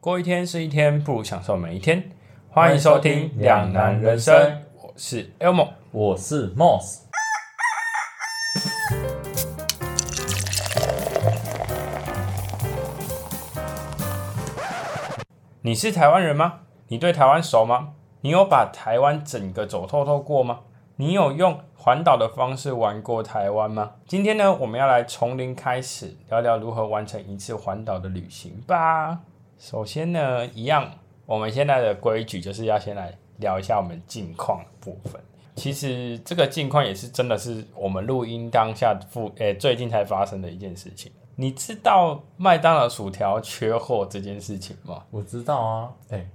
过一天是一天，不如享受每一天。欢迎收听《两难人生》，我是 Elmo。我是 Moss。你是台湾人吗？你对台湾熟吗？你有把台湾整个走透透过吗？你有用环岛的方式玩过台湾吗？今天呢，我们要来从零开始，聊聊如何完成一次环岛的旅行吧。首先呢，一样，我们现在的规矩就是要先来聊一下我们近况的部分。其实这个近况也是真的是我们录音当下附诶、最近才发生的一件事情。你知道麦当劳薯条缺货这件事情吗？我知道啊，哎、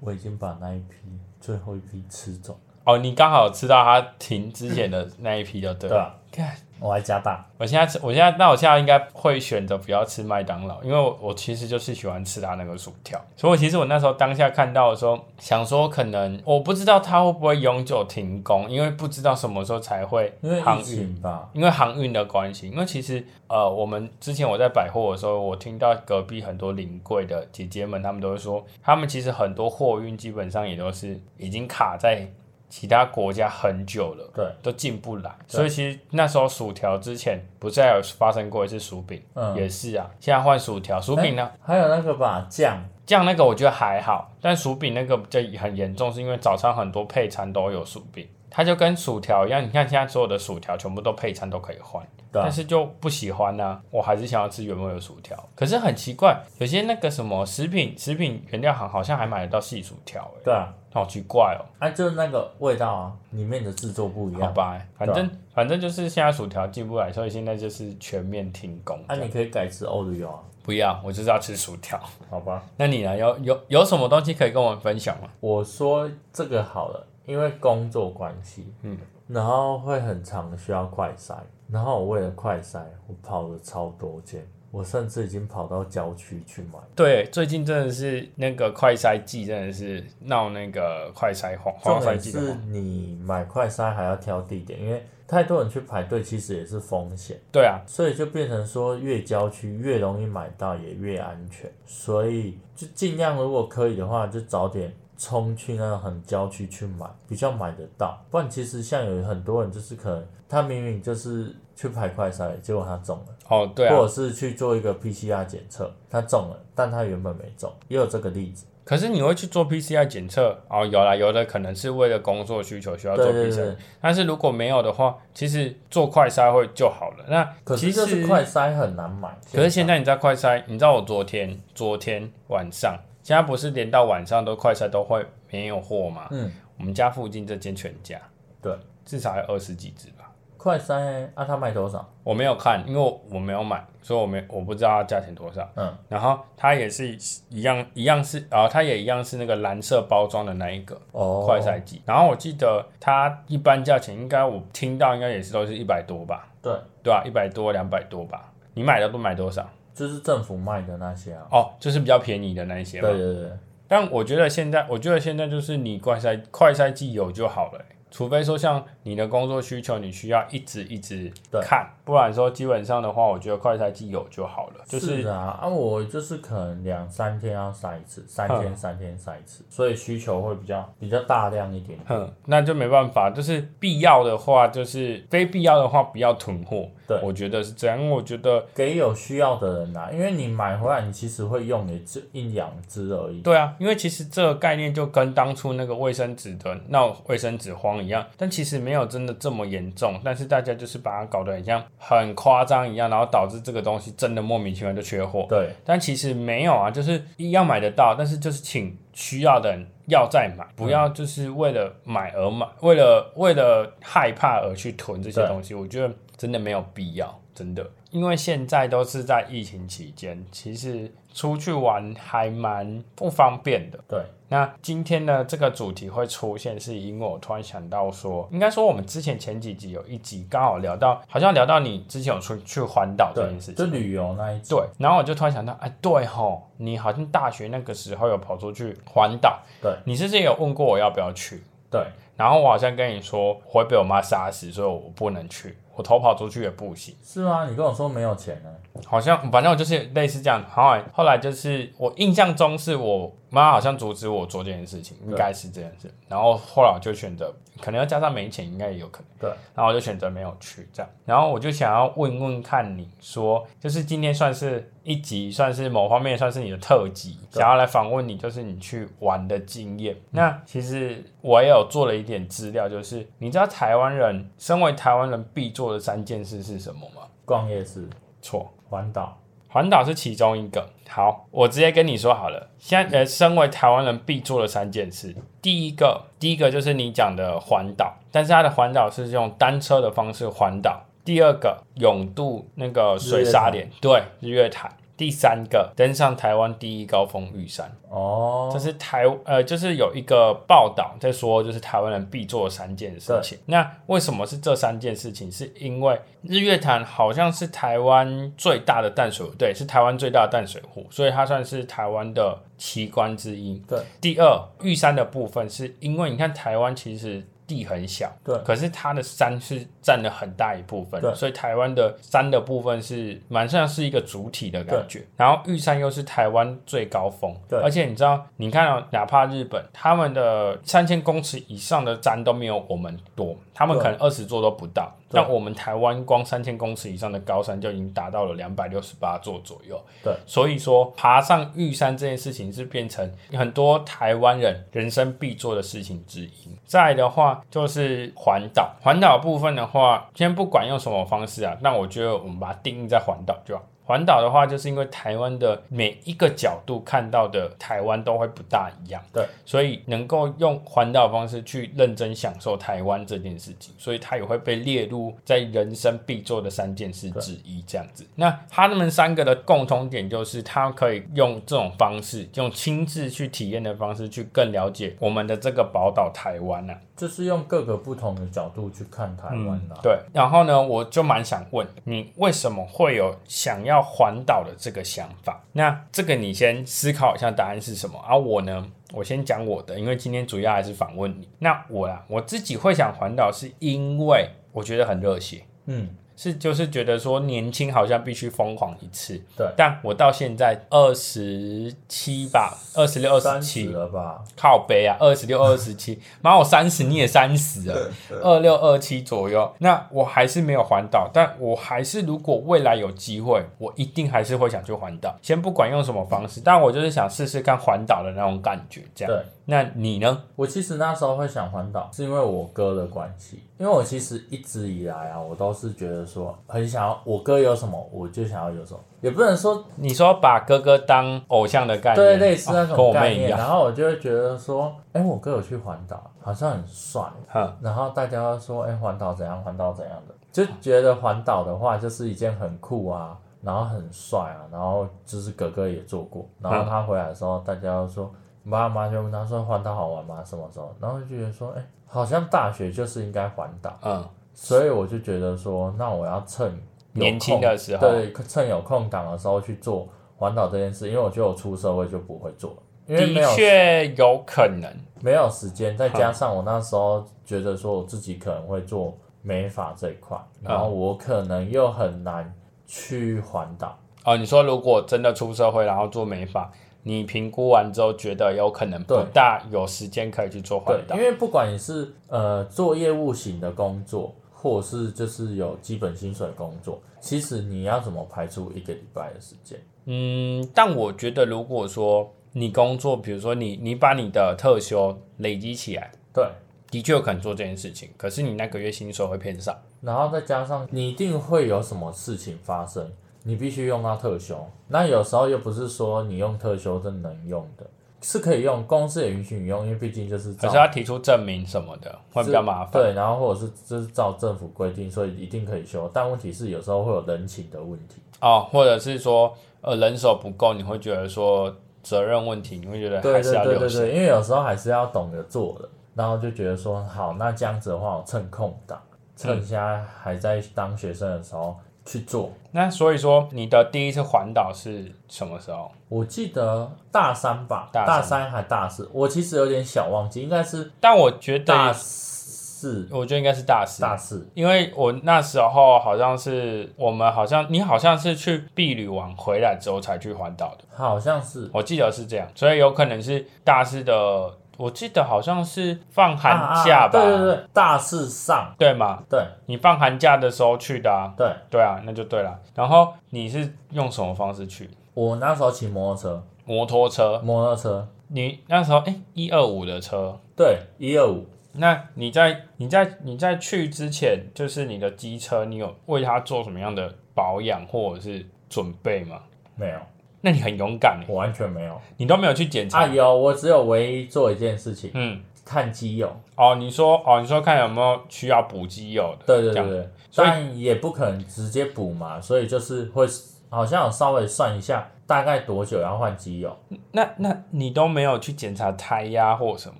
我已经把那一批最后一批吃走了。哦，你刚好吃到它停之前的那一批就对对了。啊，看，我还加大。我现在吃，我现在那我现在应该会选择不要吃麦当劳，因为我我其实就是喜欢吃它那个薯条，所以我其实我那时候当下看到的时候，想说可能我不知道它会不会永久停工，因为不知道什么时候才会因为航疫运情吧，因为航运的关系，因为其实呃，我们之前我在百货的时候，我听到隔壁很多临柜的姐姐们，她们都会说，她们其实很多货运基本上也都是已经卡在其他国家很久了，对，都进不来。对所以其实那时候薯条之前不是还有发生过一次薯饼，嗯也是啊，现在换薯条，薯饼呢？还有那个吧酱，酱那个我觉得还好，但薯饼那个就很严重，是因为早餐很多配餐都有薯饼，它就跟薯条一样。你看现在所有的薯条全部都配餐都可以换，对啊但是就不喜欢呐、我还是想要吃原味的薯条。可是很奇怪，有些那个什么食品食品原料行好像还买得到细薯条、欸，对啊，好奇怪哦、啊就是那个味道啊，里面的制作不一好样。啊吧，反正、反正就是现在薯条进不来，所以现在就是全面停工。啊，你可以改吃 Oreo 啊，不要，我就是要吃薯条。 好吧？那你呢？有有有什么东西可以跟我们分享吗？我说这个好了，因为工作关系，嗯，然后会很常需要快筛，然后我为了快筛，我跑了超多间，我甚至已经跑到郊区去买。对，最近真的是那个快筛剂，真的是闹那个快筛黄重黄筛点剂的是话，你买快筛还要挑地点，因为太多人去排队，其实也是风险，对啊，所以就变成说越郊区越容易买到，也越安全。所以就尽量如果可以的话，就早点冲去那种很郊区去买，比较买得到。不然其实像有很多人就是可能他明明就是去排快筛，结果他中了。哦对或啊。者是去做一个 PCR 检测，他中了，但他原本没中，也有这个例子。可是你会去做 PCR 检测哦，有啦，有的可能是为了工作需求需要做对对 PCR，对，但是如果没有的话，其实做快筛会就好了。那可其是实就是快筛很难买。可是现在你在快筛，你知道我昨天昨天晚上，现在不是连到晚上都快筛都会没有货吗？嗯，我们家附近这间全家，对，至少有二十几只吧。快筛欸啊，他卖多少？我没有看，因为我我没有买，所以我没我不知道它价钱多少。嗯，然后它也是一样一样是，啊，它也一样是那个蓝色包装的那一个哦，快赛季。然后我记得它一般价钱应该我听到应该也是都是一百多吧，对，对吧、啊？一百多两百多吧。你买的都买多少？就是政府卖的那些啊。哦，就是比较便宜的那一些对嘛。对对对，但我觉得现在，我觉得现在就是你快赛快赛季有就好了欸、除非说像你的工作需求，你需要一直一直对看，不然说基本上的话，我觉得快赛季有就好了，就是是啊啊，我就是可能两三天要筛一次，三嗯天三天筛一次，所以需求会比较比较大量一点。哼，那就没办法，就是必要的话，就是非必要的话不要囤货。对我觉得是这样，因为我觉得给有需要的人啊啦、因为你买回来，你其实会用也就一两只而已。对啊，因为其实这个概念就跟当初那个卫生纸的闹卫生纸荒一样，但其实没有真的这么严重，但是大家就是把它搞得很像很夸张一样，然后导致这个东西真的莫名其妙就缺货。对，但其实没有啊，就是一样买得到，但是就是请需要的人要再买，嗯不要就是为了买而买，为了为了害怕而去囤这些对东西，我觉得真的没有必要，真的，因为现在都是在疫情期间，其实出去玩还蛮不方便的。对，那今天呢，这个主题会出现，是因为我突然想到说，应该说我们之前前几集有一集刚好聊到，好像聊到你之前有出去环岛这件事对，情，就旅游那一种。对，然后我就突然想到，哎，对吼，你好像大学那个时候有跑出去环岛，对你是不是也有问过我要不要去？对，然后我好像跟你说我会被我妈杀死，所以我不能去，我逃跑出去也不行。是吗？你跟我说没有钱呢？好像反正我就是类似这样。后来后来就是我印象中是我妈好像阻止我做这件事情，应该是这件事。然后后来我就选择，可能要加上没钱，应该也有可能。对，然后我就选择没有去这样。然后我就想要问问看你说，就是今天算是一集，算是某方面算是你的特辑，对嗯想要来访问你，就是你去玩的经验。那其实我也有做了一点资料，就是你知道台湾人身为台湾人必做的三件事是什么吗？逛夜市、错。环岛，环岛是其中一个。好，我直接跟你说好了。现在呃，身为台湾人必做的三件事，第一个，第一个就是你讲的环岛，但是它的环岛是用单车的方式环岛。第二个，永渡那个水沙连，对，日月潭。第三个，登上台湾第一高峰玉山，哦这，是台呃，就是有一个报道在说，就是台湾人必做的三件事情。那为什么是这三件事情？是因为日月潭好像是台湾最大的淡水湖，对，是台湾最大的淡水湖，所以它算是台湾的奇观之一。对，第二，玉山的部分是因为你看台湾其实。地很小，对可是它的山是占了很大一部分，对所以台湾的山的部分是蛮像是一个主体的感觉。然后玉山又是台湾最高峰，对而且你知道，你看、哦，哪怕日本他们的三千公尺以上的山都没有我们多，他们对可能二十座都不到，对但我们台湾光三千公尺以上的高山就已经达到了两百六十八座左右。对，所以说爬上玉山这件事情是变成很多台湾人人生必做的事情之一。再来的话就是环岛，环岛的部分的话，先不管用什么方式啊，那我觉得我们把它定义在环岛就好。环岛的话，就是因为台湾的每一个角度看到的台湾都会不大一样，对，所以能够用环岛的方式去认真享受台湾这件事情，所以它也会被列入在人生必做的三件事之一。这样子，那他们三个的共同点就是，他可以用这种方式，用亲自去体验的方式，去更了解我们的这个宝岛台湾啊。就是用各个不同的角度去看台湾啊啦、嗯对，然后呢，我就蛮想问你，为什么会有想要环岛的这个想法？那这个你先思考一下答案是什么。而、我呢，我先讲我的，因为今天主要还是访问你。那我啦，我自己会想环岛，是因为我觉得很热血。嗯，是，就是觉得说年轻好像必须疯狂一次，对但我到现在二十七吧，二十六、二十三十七，了吧？靠背啊，二十 六、二十七，妈我三十，你也三十了，二六、二七左右。那我还是没有环岛，但我还是如果未来有机会，我一定还是会想去环岛。先不管用什么方式，但我就是想试试看环岛的那种感觉，这样。对。那你呢？我其实那时候会想环岛，是因为我哥的关系。因为我其实一直以来啊，我都是觉得说很想要，我哥有什么我就想要有什么，也不能说你说把哥哥当偶像的概念，对类似那哦跟种我概妹一念。啊样，然后我就会觉得说，哎、我哥有去环岛，好像很帅。哼，然后大家都说，哎、环岛怎样，环岛怎样的，就觉得环岛的话就是一件很酷啊，然后很帅啊，然后就是哥哥也做过，然后他回来的时候，大家都说，妈妈就问他说环岛好玩吗？什么时候？然后就觉得说，哎、好像大学就是应该环岛，嗯，所以我就觉得说，那我要趁有空年轻的时候对，趁有空档的时候去做环岛这件事，因为我觉得我出社会就不会做了，因为没有的确有可能。没有时间，再加上我那时候觉得说我自己可能会做美发这一块，嗯然后我可能又很难去环岛，哦，你说如果真的出社会，然后做美发，你评估完之后觉得有可能不对大有时间可以去做环对，岛因，为不管你是呃做业务型的工作，或者是就是有基本薪水的工作，其实你要怎么排出一个礼拜的时间？嗯，但我觉得如果说你工作，比如说你你把你的特休累积起来，对，的确有可能做这件事情，可是你那个月薪水会偏少。然后再加上你一定会有什么事情发生，你必须用到特休。那有时候又不是说你用特休真的能用的，是可以用，公司也允许你用，因为毕竟就是可照是要提出证明什么的，会比较麻烦。对，然后或者是就是照政府规定，所以一定可以休。但问题是有时候会有人情的问题。哦，或者是说，呃，人手不够，你会觉得说责任问题，你会觉得对还对是要对留对薪。对，因为有时候还是要懂得做人，然后就觉得说好，那这样子的话，我趁空档，趁现在还在当学生的时候，去做。那所以说，你的第一次环岛是什么时候？我记得大三吧，大大三三还大四，我其实有点小忘记，应该是但我觉大得，四，我觉得应该是大四。大四。因为我那时候好像是我们好像你好像是去避旅完回来之后才去环岛的，好像是我记得是这样，所以有可能是大四的，我记得好像是放寒假吧，啊啊对对对，大四上，对嘛？对你放寒假的时候去的啊，对，对啊，那就对了。然后你是用什么方式去？我那时候骑摩托车，摩托车，摩托车，你那时候哎一二五的车，对，一二五，那你在你在你在去之前，就是你的机车，你有为它做什么样的保养或者是准备吗？没有，那你很勇敢耶欸我完全没有。你都没有去检查。啊，有，我只有唯一做一件事情，嗯，看机油，哦，你说哦，你说看有没有需要补机油的？对对这对样对，所以但也不可能直接补嘛，所以就是会好像有稍微算一下大概多久要换机油，那那你都没有去检查胎压、或什么，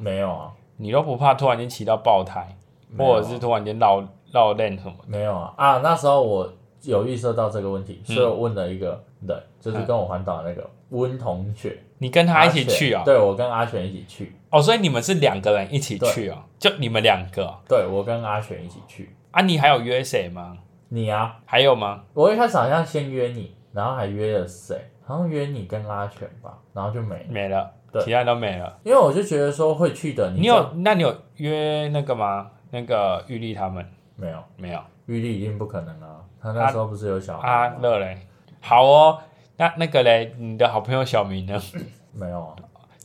没有啊，你都不怕突然间骑到爆胎，没有啊或者是突然间绕绕链什么的？没有啊啊，那时候我有预测到这个问题，嗯所以我问了一个人，就是跟我环岛的那个温同学，你嗯跟他一起去啊、阿全对我跟阿全一起去，哦，所以你们是两个人一起去啊、就你们两个啊对我跟阿全一起去，啊？你还有约谁吗？你啊，还有吗？我一开始好像先约你，然后还约了谁？好像约你跟阿全吧，然后就没了，没了，对其他都没了。因为我就觉得说会去的，你知道有？那你有约那个吗？那个玉丽他们没有？没有？玉立一定不可能啊，他那时候不是有小孩阿吗？乐嘞，好哦，那那个嘞，你的好朋友小明呢？ 没有啊，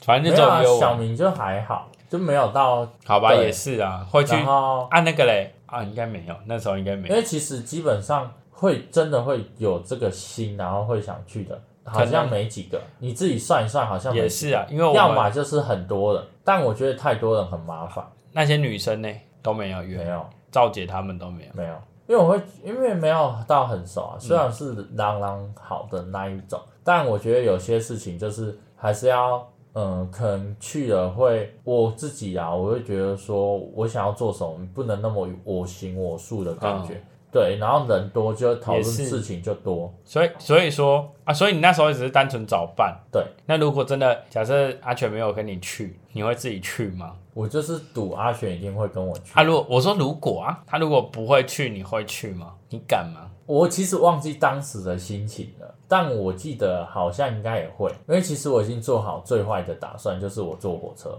反没正就只有有啊约，小我，明就还好，就没有到，好吧，对也是啊，会去然后啊那个嘞啊，应该没有，那时候应该没因有，为其实基本上会真的会有这个心，然后会想去的，好可像能没几个，你自己算一算，好像没也几是啊，因为个，我要们么就是很多人，但我觉得太多人很麻烦，那些女生呢都没有没约，有赵姐他们都没有，没有，因为我会因为没有到很熟啊，虽然是朗朗好的那一种，但我觉得有些事情就是还是要。嗯，可能去了会我自己啊，我会觉得说我想要做什么，不能那么我行我素的感觉。对，然后人多就讨嗯论也是事情就多，所以所以说啊，所以你那时候只是单纯找伴。对，那如果真的假设阿全没有跟你去，你会自己去吗？我就是赌阿璇一定会跟我去。啊，如果我说如果啊，他如果不会去，你会去吗？你敢吗？我其实忘记当时的心情了，但我记得好像应该也会，因为其实我已经做好最坏的打算，就是我坐火车。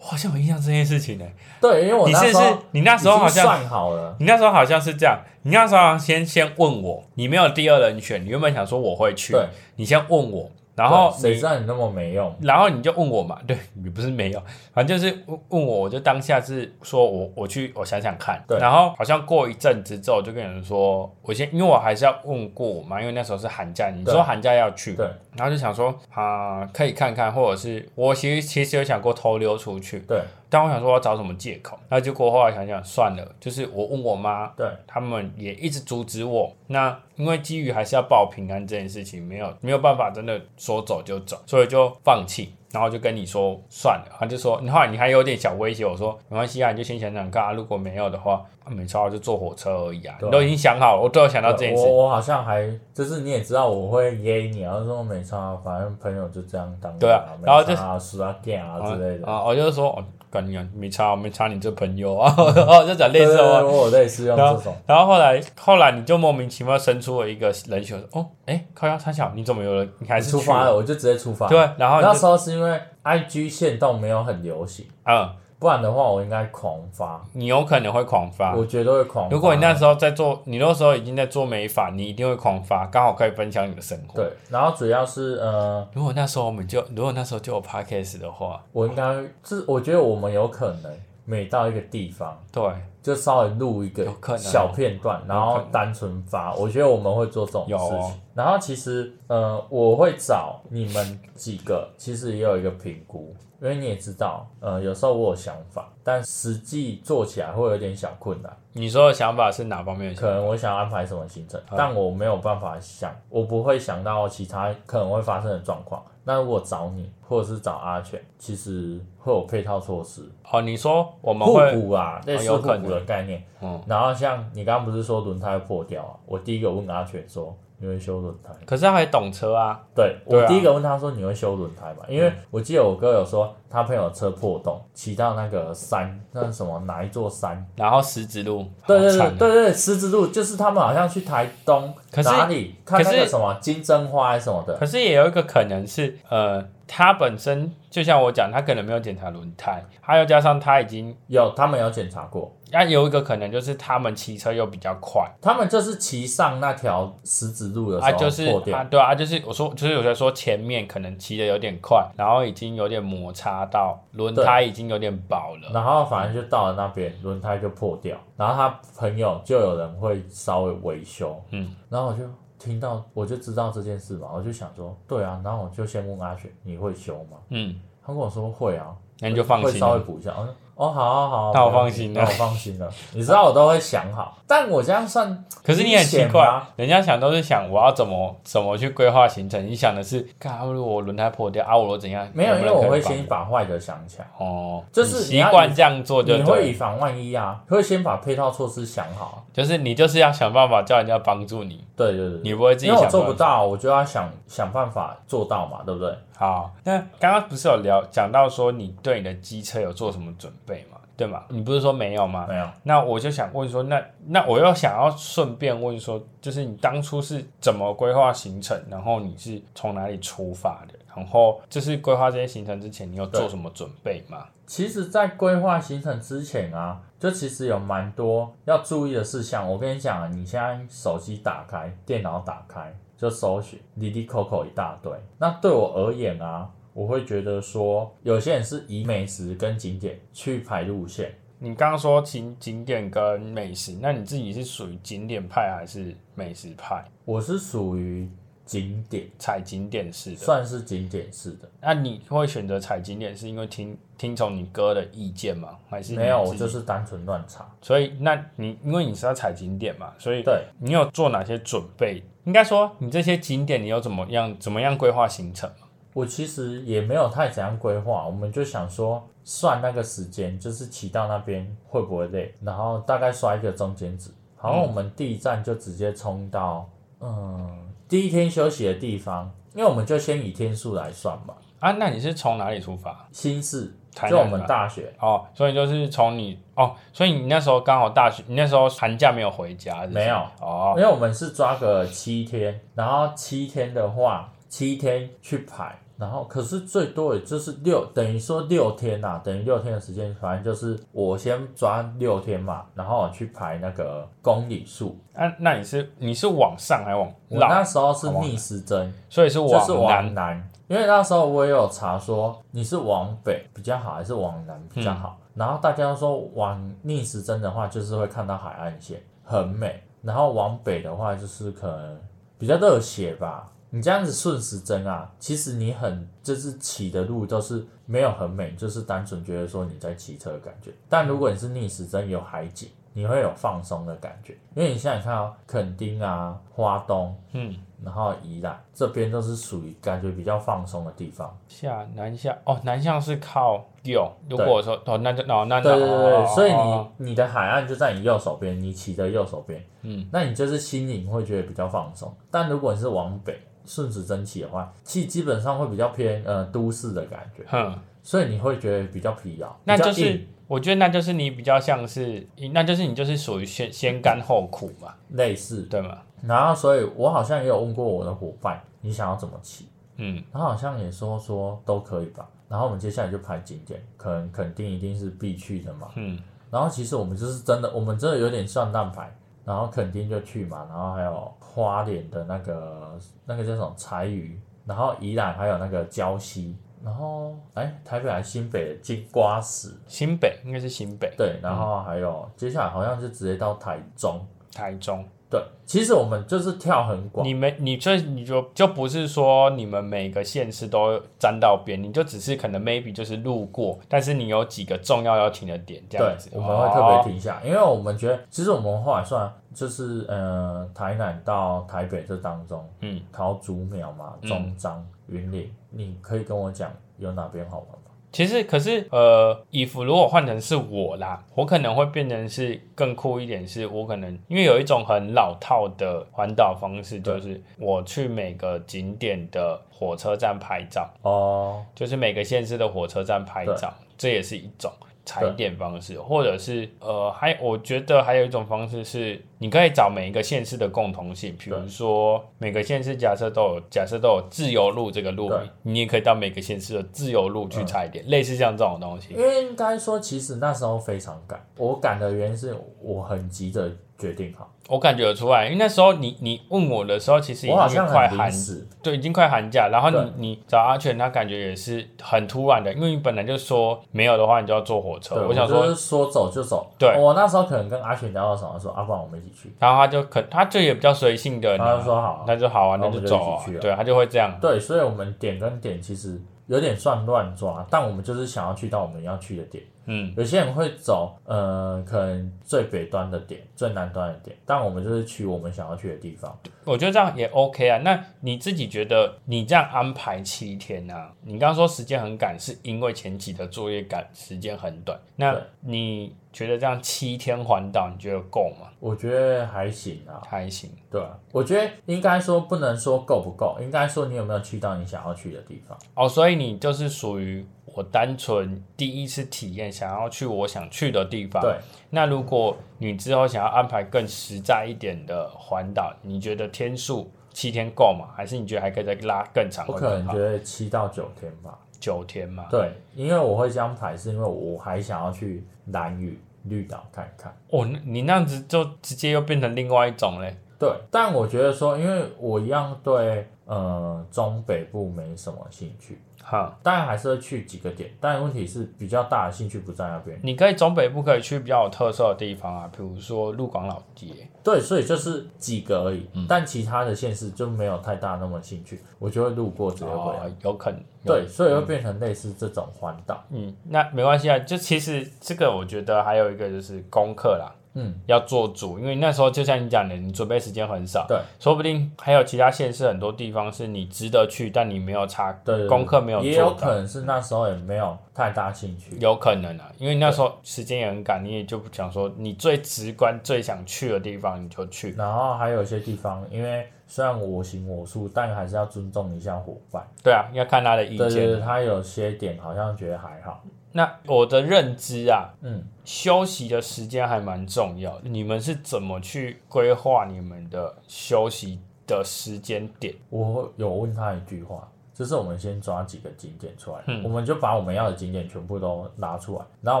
我好像有印象这件事情呢、对，因为我你那是时不候是你那时候好已经像算好了，你那时候好像是这样，你那时候好像先先问我，你没有第二人选，你原本想说我会去对，你先问我，然后对谁你知道你那么没用？然后你就问我嘛，对你不是没有，反正就是问问我，我就当下是说我我去我想想看，对然后好像过一阵子之后，我就跟人说，我先因为我还是要问过我嘛，因为那时候是寒假，你对说寒假要去，对然后就想说啊、可以看看，或者是我其实其实有想过偷溜出去，对但我想说我要找什么借口，那结果后来想想算了，就是我问我妈，对他们也一直阻止我。那因为基于还是要报平安这件事情，没有没有办法真的说走就走，所以就放弃。然后就跟你说算了，他就说，你后来你还有点小威胁我说，没关系啊，你就先想想看啊，如果没有的话，啊、没差啊，就坐火车而已啊。对啊你都已经想好了，我都有想到这件我事。我好像还就是你也知道我会噎你，然后说没差啊，反正朋友就这样当对啊啊，然后就是啊输啊 g 啊之类的，啊，我就说，哦，干你啊，没差啊，没差你这朋友啊， 然后就讲类似对的话嗯对对我有类似用这种，然后后来，后来你就莫名其妙生出了一个人选，说哦，哎，靠腰三小，你怎么有了？你还是出去发了，我就直接出发。对，啊然后你那就时候是因为 IG 限动没有很流行，嗯，不然的话我应该狂发，你有可能会狂发。我绝啊对会啊狂发。如果你那时候在做，你那时候已经在做美发，你一定会狂发，刚好可以分享你的生活。对，然后主要是呃，如果那时候我们就，如果那时候就有 podcast 的话，我应该是我觉得我们有可能每到一个地方对，就稍微录一个有可能小片段，然有后可能单纯发，我觉得我们会做这种事有哦情。然后其实呃，我会找你们几个，其实也有一个评估。因为你也知道，呃，有时候我有想法，但实际做起来会有点小困难。你说的想法是哪方面的想可法？能我想安排什么行程，嗯但我没有办法想，我不会想到其他可能会发生的状况，那如果找你或者是找阿全，其实会有配套措施，哦，你说我们互会补啊，类似有互可补的概念。嗯然后像你刚刚不是说轮胎破掉啊？我第一个问阿全说你会修轮胎吗？可是他也懂车啊，对，嗯对啊我第一个问他说你会修轮胎吗？因为我记得我哥有说他朋友车破洞，骑到那个山，那是什么哪一座山？然后十字路，对对好对惨对啊，对，十字路就是他们好像去台东可是哪里看那可个是什么金针花还是什么的，可是也有一个可能是，呃，他本身就像我讲，他可能没有检查轮胎，还有加上他已经，有他们有检查过，啊，有一个可能就是他们骑车又比较快。他们就是骑上那条十字路的时啊，候就是破掉，啊，对啊，就是我说，就是有些说前面可能骑的有点快，然后已经有点摩擦到轮对胎，已经有点薄了。然后反正就到了那边，轮胎就破掉，然后他朋友就有人会稍微维修，嗯，然后我就听到，我就知道这件事嘛，我就想说，对啊，然后我就先问阿雪，你会修吗？嗯，他跟我说会啊，那你就放会心稍微了。补一下。我说哦，好好好，那我没问放题心啊那了我放心了。你知道我都会想好，但我这样算，可是你很奇明显怪吗，人家想都是想我要怎么怎么去规划行程，你想的是，看如果我轮胎破掉啊，我怎样？没有，能因不为能我可以会帮先把坏的想起来，哦，就是你你习要惯以这样做就你会对，以防万一啊，会先把配套措施想好。就是你就是要想办法叫人家帮助你，对对对，你不会自己因为我想做办不法。到，我就要想想办法做到嘛，对不对？好，那刚刚不是有聊讲到说你对你的机车有做什么准备吗？对吗？你不是说没有吗？没有，那我就想问说，那那我又想要顺便问说，就是你当初是怎么规划行程，然后你是从哪里出发的？然后就是规划这些行程之前，你有做对什么准备吗？其实，在规划行程之前啊，就其实有蛮多要注意的事项。我跟你讲啊，你现在手机打开，电脑打开，就搜寻滴滴扣扣一大堆。那对我而言啊，我会觉得说，有些人是以美食跟景点去排路线。你刚刚说景景点跟美食，那你自己是属于景点派还是美食派？我是属于景点，踩景点式的？算是景点式的。那你会选择踩景点是因为听听从你哥的意见吗？还是你没有，自我己就是单纯乱查。所以，那你因为你是要踩景点嘛，所以对，你有做哪些准备？应该说，你这些景点你有怎么样怎么样规划行程？我其实也没有太怎样规划，我们就想说算那个时间，就是骑到那边会不会累，然后大概刷一个中间值，嗯然后我们第一站就直接冲到嗯第一天休息的地方，因为我们就先以天数来算嘛，啊，那你是从哪里出发？新市台就南我吗们大学哦，所以就是从你哦，所以你那时候刚好大学，你那时候寒假没有回家是不是没有，哦，因为我们是抓个七天，然后七天的话，七天去排。然后，可是最多也就是六，等于说六天呐、等于六天的时间，反正就是我先抓六天嘛，然后我去排那个公里数。啊，那你是你是往上还是往我绕？那时候是逆时针，所以是就是往南。往南，因为那时候我也有查说你是往北比较好还是往南比较好，然后大家都说往逆时针的话就是会看到海岸线，很美，然后往北的话就是可能比较热血吧。你这样子顺时针啊，其实你很就是骑的路都是没有很美，就是单纯觉得说你在骑车的感觉。但如果你是逆时针有海景，你会有放松的感觉，因为你现在看到垦丁啊、花东，嗯，然后宜兰这边都是属于感觉比较放松的地方。下南下哦，南向是靠右。如果我说哦，那就哦，那那对对对对，哦所以哦你你的海岸就在你右手边，你骑的右手边，嗯，那你就是心灵会觉得比较放松。但如果你是往北顺时针骑的话，骑基本上会比较偏呃都市的感觉，哼。所以你会觉得比较疲劳，那就比较是硬我觉得那就是你比较像是，那就是你就是属于先先甘后苦嘛，类似。对吗？然后，所以我好像也有问过我的伙伴，你想要怎么骑？嗯，他好像也说说都可以吧。然后我们接下来就排景点，可能肯定一定是必去的嘛。嗯。然后其实我们就是真的，我们真的有点算烂牌。然后肯定就去嘛，然后还有花莲的那个那个叫什么柴鱼，然后宜兰还有那个礁溪，然后哎台北还新北的金瓜石，新北应该是新北、对，然后还有接下来好像就直接到台中，台中，对，其实我们就是跳很广，你们你这你就就不是说你们每个县市都沾到边，你就只是可能 maybe 就是路过，但是你有几个重要要停的点这对样子，，哦我们会特别停下，因为我们觉得，其实我们后来算就是呃，台南到台北这当中，嗯，桃竹苗嘛，嗯中彰、云林，你可以跟我讲有哪边好玩吗？其实，可是，呃，衣服如果换成是我啦，我可能会变成是更酷一点，是我可能因为有一种很老套的环岛方式，对就是我去每个景点的火车站拍照，哦，就是每个县市的火车站拍照，这也是一种踩点方式，或者是呃，还我觉得还有一种方式是，你可以找每一个县市的共同性，比如对说每个县市假设都有假设都有自由路这个路对嗯名，你也可以到每个县市的自由路去踩点，类似像这种东西因。为应该说，其实那时候非常赶，我赶的原因是我很急着决定好，我感觉得出来，因为那时候你你问我的时候，其实已我好经像快很寒临时，对，已经快寒假，然后对你你找阿全，他感觉也是很突然的，因为你本来就说没有的话，你就要坐火车。对，想就说是说走就走，哦对我那时候可能跟阿群聊到什么，说阿不然我们一起去，然后他就可他就也比较随性的，他就说好啊，那就好啊，那那我们就走啊一起去，啊对，他就会这样，对，所以我们点跟点其实有点算乱抓，但我们就是想要去到我们要去的点。嗯，有些人会走，呃，可能最北端的点、最南端的点，但我们就是去我们想要去的地方。我觉得这样也 OK 啊。那你自己觉得你这样安排七天啊？你刚刚说时间很赶，是因为前期的作业赶时间很短，那对你觉得这样七天环岛，你觉得够吗？我觉得还行啊，还行，对啊，我觉得应该说不能说够不够，应该说你有没有去到你想要去的地方。哦，所以你就是属于我单纯第一次体验，想要去我想去的地方。对，那如果你之后想要安排更实在一点的环岛，你觉得天数七天够吗？还是你觉得还可以再拉更长？我会可更能好觉？得七到九天吧。九天嘛。对，因为我会这样排，是因为我还想要去蓝屿绿岛看看。哦，那你那样子就直接又变成另外一种嘞。对，但我觉得说，因为我一样对呃中北部没什么兴趣，哈，当然还是会去几个点，但问题是比较大的兴趣不在那边。你可以中北部可以去比较有特色的地方啊，比如说鹿港老街。对，所以就是几个而已，嗯但其他的县市就没有太大那么兴趣，我就会路过直接回来。哦，有可能。有对，所以会变成类似这种环岛。嗯，那没关系啊。就其实这个，我觉得还有一个就是功课啦，嗯，要做主，因为那时候就像你讲的，你准备时间很少，对，说不定还有其他县市很多地方是你值得去，但你没有查对对对功课没有也做有到可。能是那时候也没有太大兴趣。有可能啊，因为那时候时间也很赶，你也就不想说你最直观、最想去的地方你就去。然后还有一些地方，因为虽然我行我素，但还是要尊重一下伙伴。对啊，要看他的意对对见。对，他有些点好像觉得还好。那我的认知啊，嗯，休息的时间还蛮重要。你们是怎么去规划你们的休息的时间点？我有问他一句话，就是我们先抓几个景点出来，嗯我们就把我们要的景点全部都拿出来，然后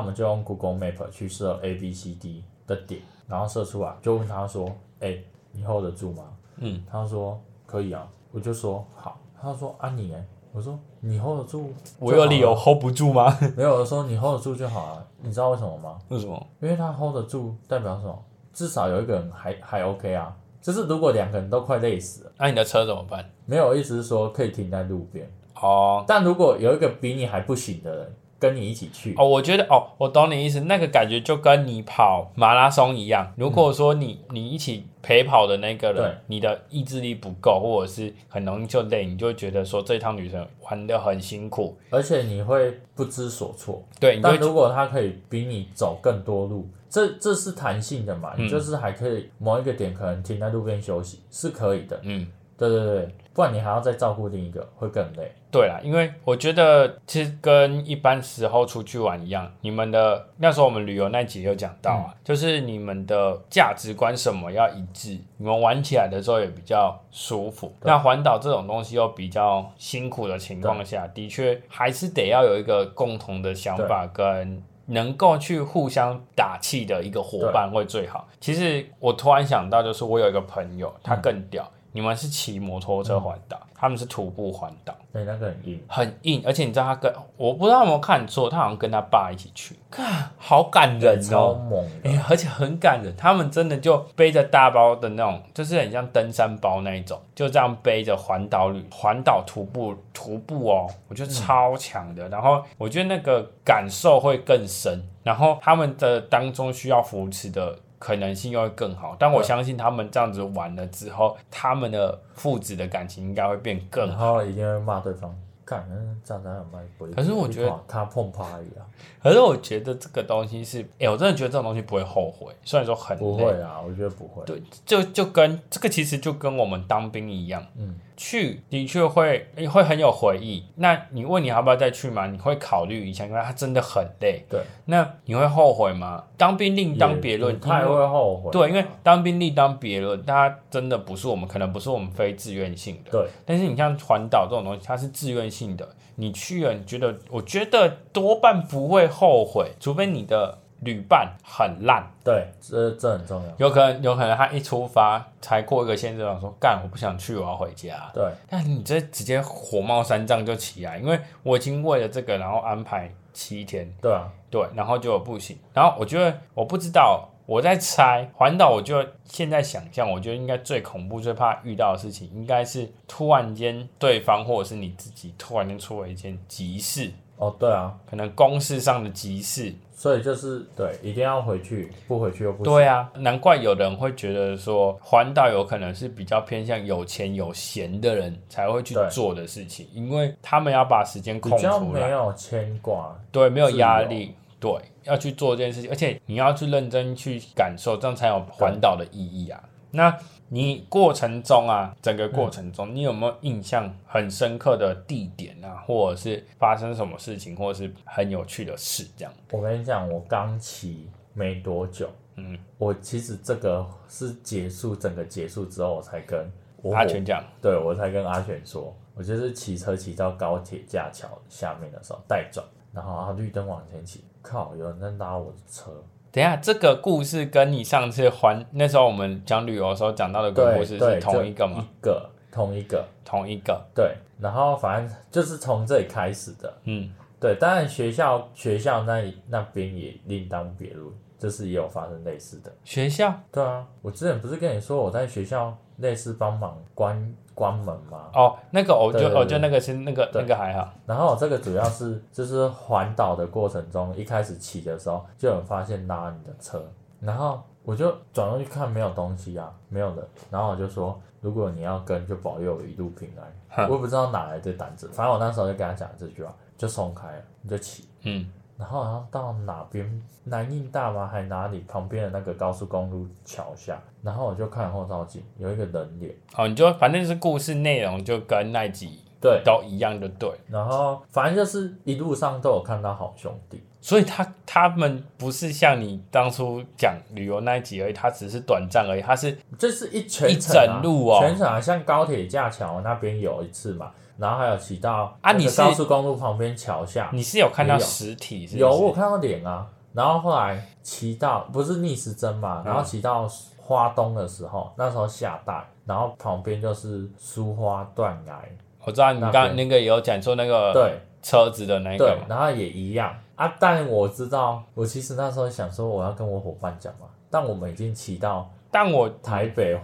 我们就用 Google Map 去设 A B C D 的点，然后设出来，就问他说：“哎、你 hold 得住吗？”嗯，他说：“可以啊。”我就说：“好。”他说：“啊你呢？”我说：“你 hold 得住？”啊我有理由 hold 不住吗？没有，我说你 hold 得住就好了。你知 道为什么吗？为什么？因为他 hold 得住，代表什么？至少有一个人还还 OK 啊。就是如果两个人都快累死了，那、你的车怎么办？没有意思是说可以停在路边。哦但如果有一个比你还不行的人跟你一起去，哦，我觉得哦，我懂你意思，那个感觉就跟你跑马拉松一样。如果说你、你一起陪跑的那个对人，你的意志力不够，或者是很容易就累，你就会觉得说这趟旅程玩的很辛苦。而且你会不知所措。哎对，你就但会如果他可以比你走更多路，这这是弹性的嗯嘛？你就是还可以某一个点可能停在路边休息是可以的。嗯。对对对，不然你还要再照顾另一个，会更累。对啦，因为我觉得其实跟一般时候出去玩一样，你们的那时候我们旅游那集有讲到啊，就是你们的价值观什么要一致，你们玩起来的时候也比较舒服。那环岛这种东西又比较辛苦的情况下，的确还是得要有一个共同的想法跟。能够去互相打气的一个伙伴会最好。其实我突然想到，就是我有一个朋友，他更屌，你们是骑摩托车环岛，他们是徒步环岛，对，哎那个很硬。很硬。而且你知道他跟我不知道有没有看错，他好像跟他爸一起去，看好感人超哦。猛哎、的，而且很感人，他们真的就背着大包的那种，就是很像登山包那一种，就这样背着环岛旅、环岛徒步、徒步哦，我觉得超强的。然后我觉得那个感受会更深，然后他们的当中需要扶持的。可能性又会更好，但我相信他们这样子玩了之后，他们的父子的感情应该会变更然好。后一定会骂对方，干，那站在那卖鬼。可是我觉得他碰趴啊一样，可是我觉得这个东西是，哎、我真的觉得这种东西不会后悔，虽然说很不累会，啊，我觉得不会。对，就就跟这个其实就跟我们当兵一样，嗯，去的确会诶会很有回忆。那你问你要不要再去嘛？你会考虑一下，因为它真的很累。对，那你会后悔吗？当兵另当别论，也不太因为会啊后悔。对，因为当兵另当别论，它真的不是我们，可能不是我们非自愿性的。对，但是你像环岛这种东西，它是自愿性的，你去了，你觉得，我觉得多半不会后悔，除非你的旅伴很烂。对，这这很重要。有可能，有可能他一出发才过一个县就想说，干，我不想去，我要回家。对，那你这直接火冒三丈就起来，因为我已经为了这个，然后安排七天，对啊，对，然后就不行。然后我觉得我不知道，我在猜环岛，我就现在想象，我觉得应该最恐怖、最怕遇到的事情，应该是突然间对方或者是你自己突然间出了一件急事，哦，对啊，可能公事上的急事，所以就是对，一定要回去，不回去又不行。对啊，难怪有人会觉得说环岛有可能是比较偏向有钱有闲的人才会去对做的事情，因为他们要把时间空比较出没来，有牵挂，对，没有自压由力，对，要去做这件事情，而且你要去认真去感受，这样才有环岛的意义啊。那你过程中啊，整个过程中，你有没有印象很深刻的地点啊，或者是发生什么事情，或者是很有趣的事这样？我跟你讲，我刚骑没多久，嗯，我其实这个是结束整个结束之后，我才跟我阿全讲，对我才跟阿全说，我就是骑车骑到高铁架桥下面的时候带转，然后他啊绿灯往前骑，靠，有人在拉我的车，等一下，这个故事跟你上次环那时候我们讲旅游的时候讲到的鬼故对事对，是嗯同一个就吗？一个，同一个，同一个，对，然后反正就是从这里开始的，嗯，对，当然学校学校那里那边也另当别论，就是也有发生类似的。学校对啊，我之前不是跟你说我在学校类似帮忙关关门吗？哦，那个我就对对对我就那个是那个对那个还好，然后这个主要是就是环岛的过程中，一开始骑的时候就有人发现拉你的车，然后我就转过去看没有东西啊，没有人，然后我就说如果你要跟，就保佑我一路平安。哼我也不知道哪来的胆子，反正我那时候就跟他讲这句话，就松开了，你就骑。嗯，然后好像到哪边南印大吗？还哪里旁边的那个高速公路桥下，然后我就看后照镜，有一个人脸，哦，你就反正就是故事内容就跟那集对，都一样就对，然后反正就是一路上都有看到好兄弟，所以他他们不是像你当初讲旅游那一集而已，它只是短暂而已，它是就是一全一程啊、整路哦全程啊，像高铁架桥那边有一次嘛，然后还有骑到啊那个你是高速公路旁边桥下，你是有看到没有实体是不是有我有看到脸啊，然后后来骑到不是逆时针嘛，嗯然后骑到花东的时候，那时候下大雨，然后旁边就是苏花断崖。我知道你那刚边那个也有讲说那个对车子的那个对嘛，，然后也一样啊。但我知道，我其实那时候想说我要跟我伙伴讲嘛，但我们已经骑到但我台北、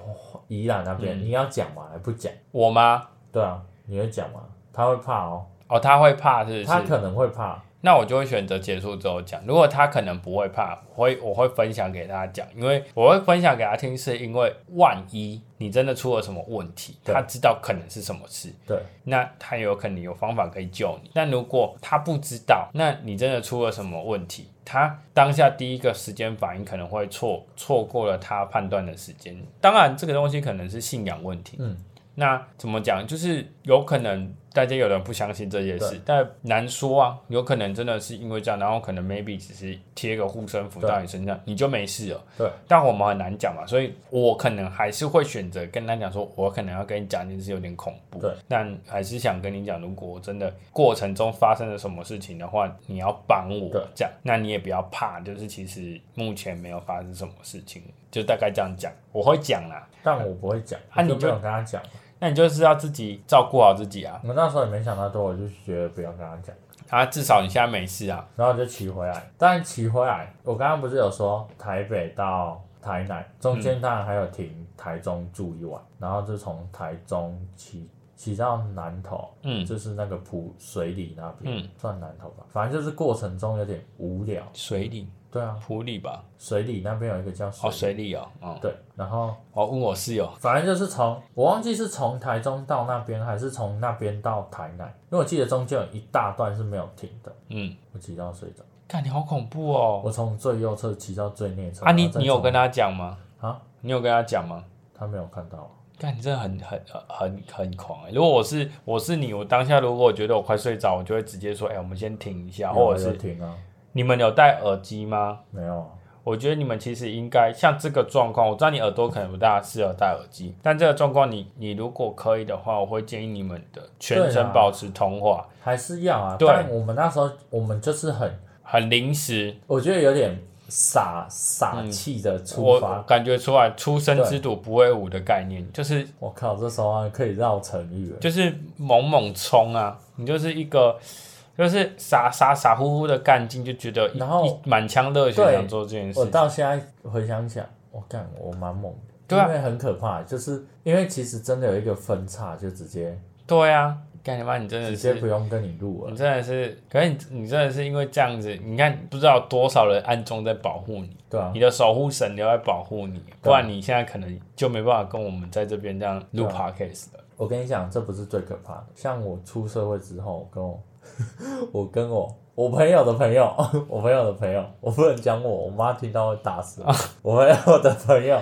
宜兰那边，嗯你要讲嘛，还不讲？我妈对啊，你会讲吗？他会怕哦，哦，她会怕是不是？他可能会怕。那我就会选择结束之后讲。如果他可能不会怕，我会我会分享给他讲，因为我会分享给他听，是因为万一你真的出了什么问题，对他知道可能是什么事，对那他有可能有方法可以救你。但如果他不知道，那你真的出了什么问题，他当下第一个时间反应可能会错错过了他判断的时间。当然，这个东西可能是信仰问题。嗯，那怎么讲？就是有可能大家有人不相信这件事，但难说啊，有可能真的是因为这样，然后可能 maybe 只是贴个护身符对到你身上，你就没事了。对，但我们很难讲嘛，所以我可能还是会选择跟他讲说，我可能要跟你讲，件事有点恐怖。对，但还是想跟你讲，如果真的过程中发生了什么事情的话，你要帮我对这样，那你也不要怕，就是其实目前没有发生什么事情，就大概这样讲，我会讲啦。但我不会讲，啊我你就没就有跟他讲。那你就是要自己照顾好自己啊。我那时候也没想太多，我就觉得不要跟他讲，啊，至少你现在没事啊。然后我就骑回来。但骑回来，我刚刚不是有说台北到台南中间当然还有停台中住一晚，然后就从台中骑骑到南投，嗯，就是那个浦水里那边，嗯算南投吧，反正就是过程中有点无聊。水里、对啊，普里吧？水里那边有一个叫水哦，里，水里哦，哦，对，然后我问我室友，反正就是从我忘记是从台中到那边，还是从那边到台南，因为我记得中间有一大段是没有停的，嗯，我骑到睡着。看你好恐怖哦。我从最右侧骑到最内侧。啊，你然后再你有从跟他讲吗？啊？你有跟他讲吗？他没有看到我，看你真的很很呃很很狂哎、如果我是我是你，我当下如果我觉得我快睡着，我就会直接说，哎、我们先停一下，有或者有是停啊，你们有戴耳机吗？没有啊，我觉得你们其实应该像这个状况，我知道你耳朵可能不大适合戴耳机，但这个状况你你如果可以的话，我会建议你们的全对程啊保持通话，还是要啊。对但我们那时候我们就是很，很临时，我觉得有点傻傻气的嗯出我发。感觉出来“初生之犊不畏虎”的概念，就是我靠，这时候啊可以绕成语了。就是猛猛冲啊！你就是一个就是傻傻傻乎乎的干劲，就觉得一然后一满腔热血对想做这件我事。到现在回想起来，我干，我蛮猛的，对啊因为很可怕，就是因为其实真的有一个分叉，就直接对啊，干你妈！你真的直接是不用跟你录你了，真的是，可是你你真的是因为这样子，你看不知道多少人暗中在保护你，对啊你，的守护神都在保护你，不然你现在可能就没办法跟我们在这边这样录对啊 podcast 了。我跟你讲，这不是最可怕的，像我出社会之后，我跟我， 我跟我。我朋友的朋友，我朋友的朋友，我不能讲我，我妈听到会打死我。我朋友的朋友，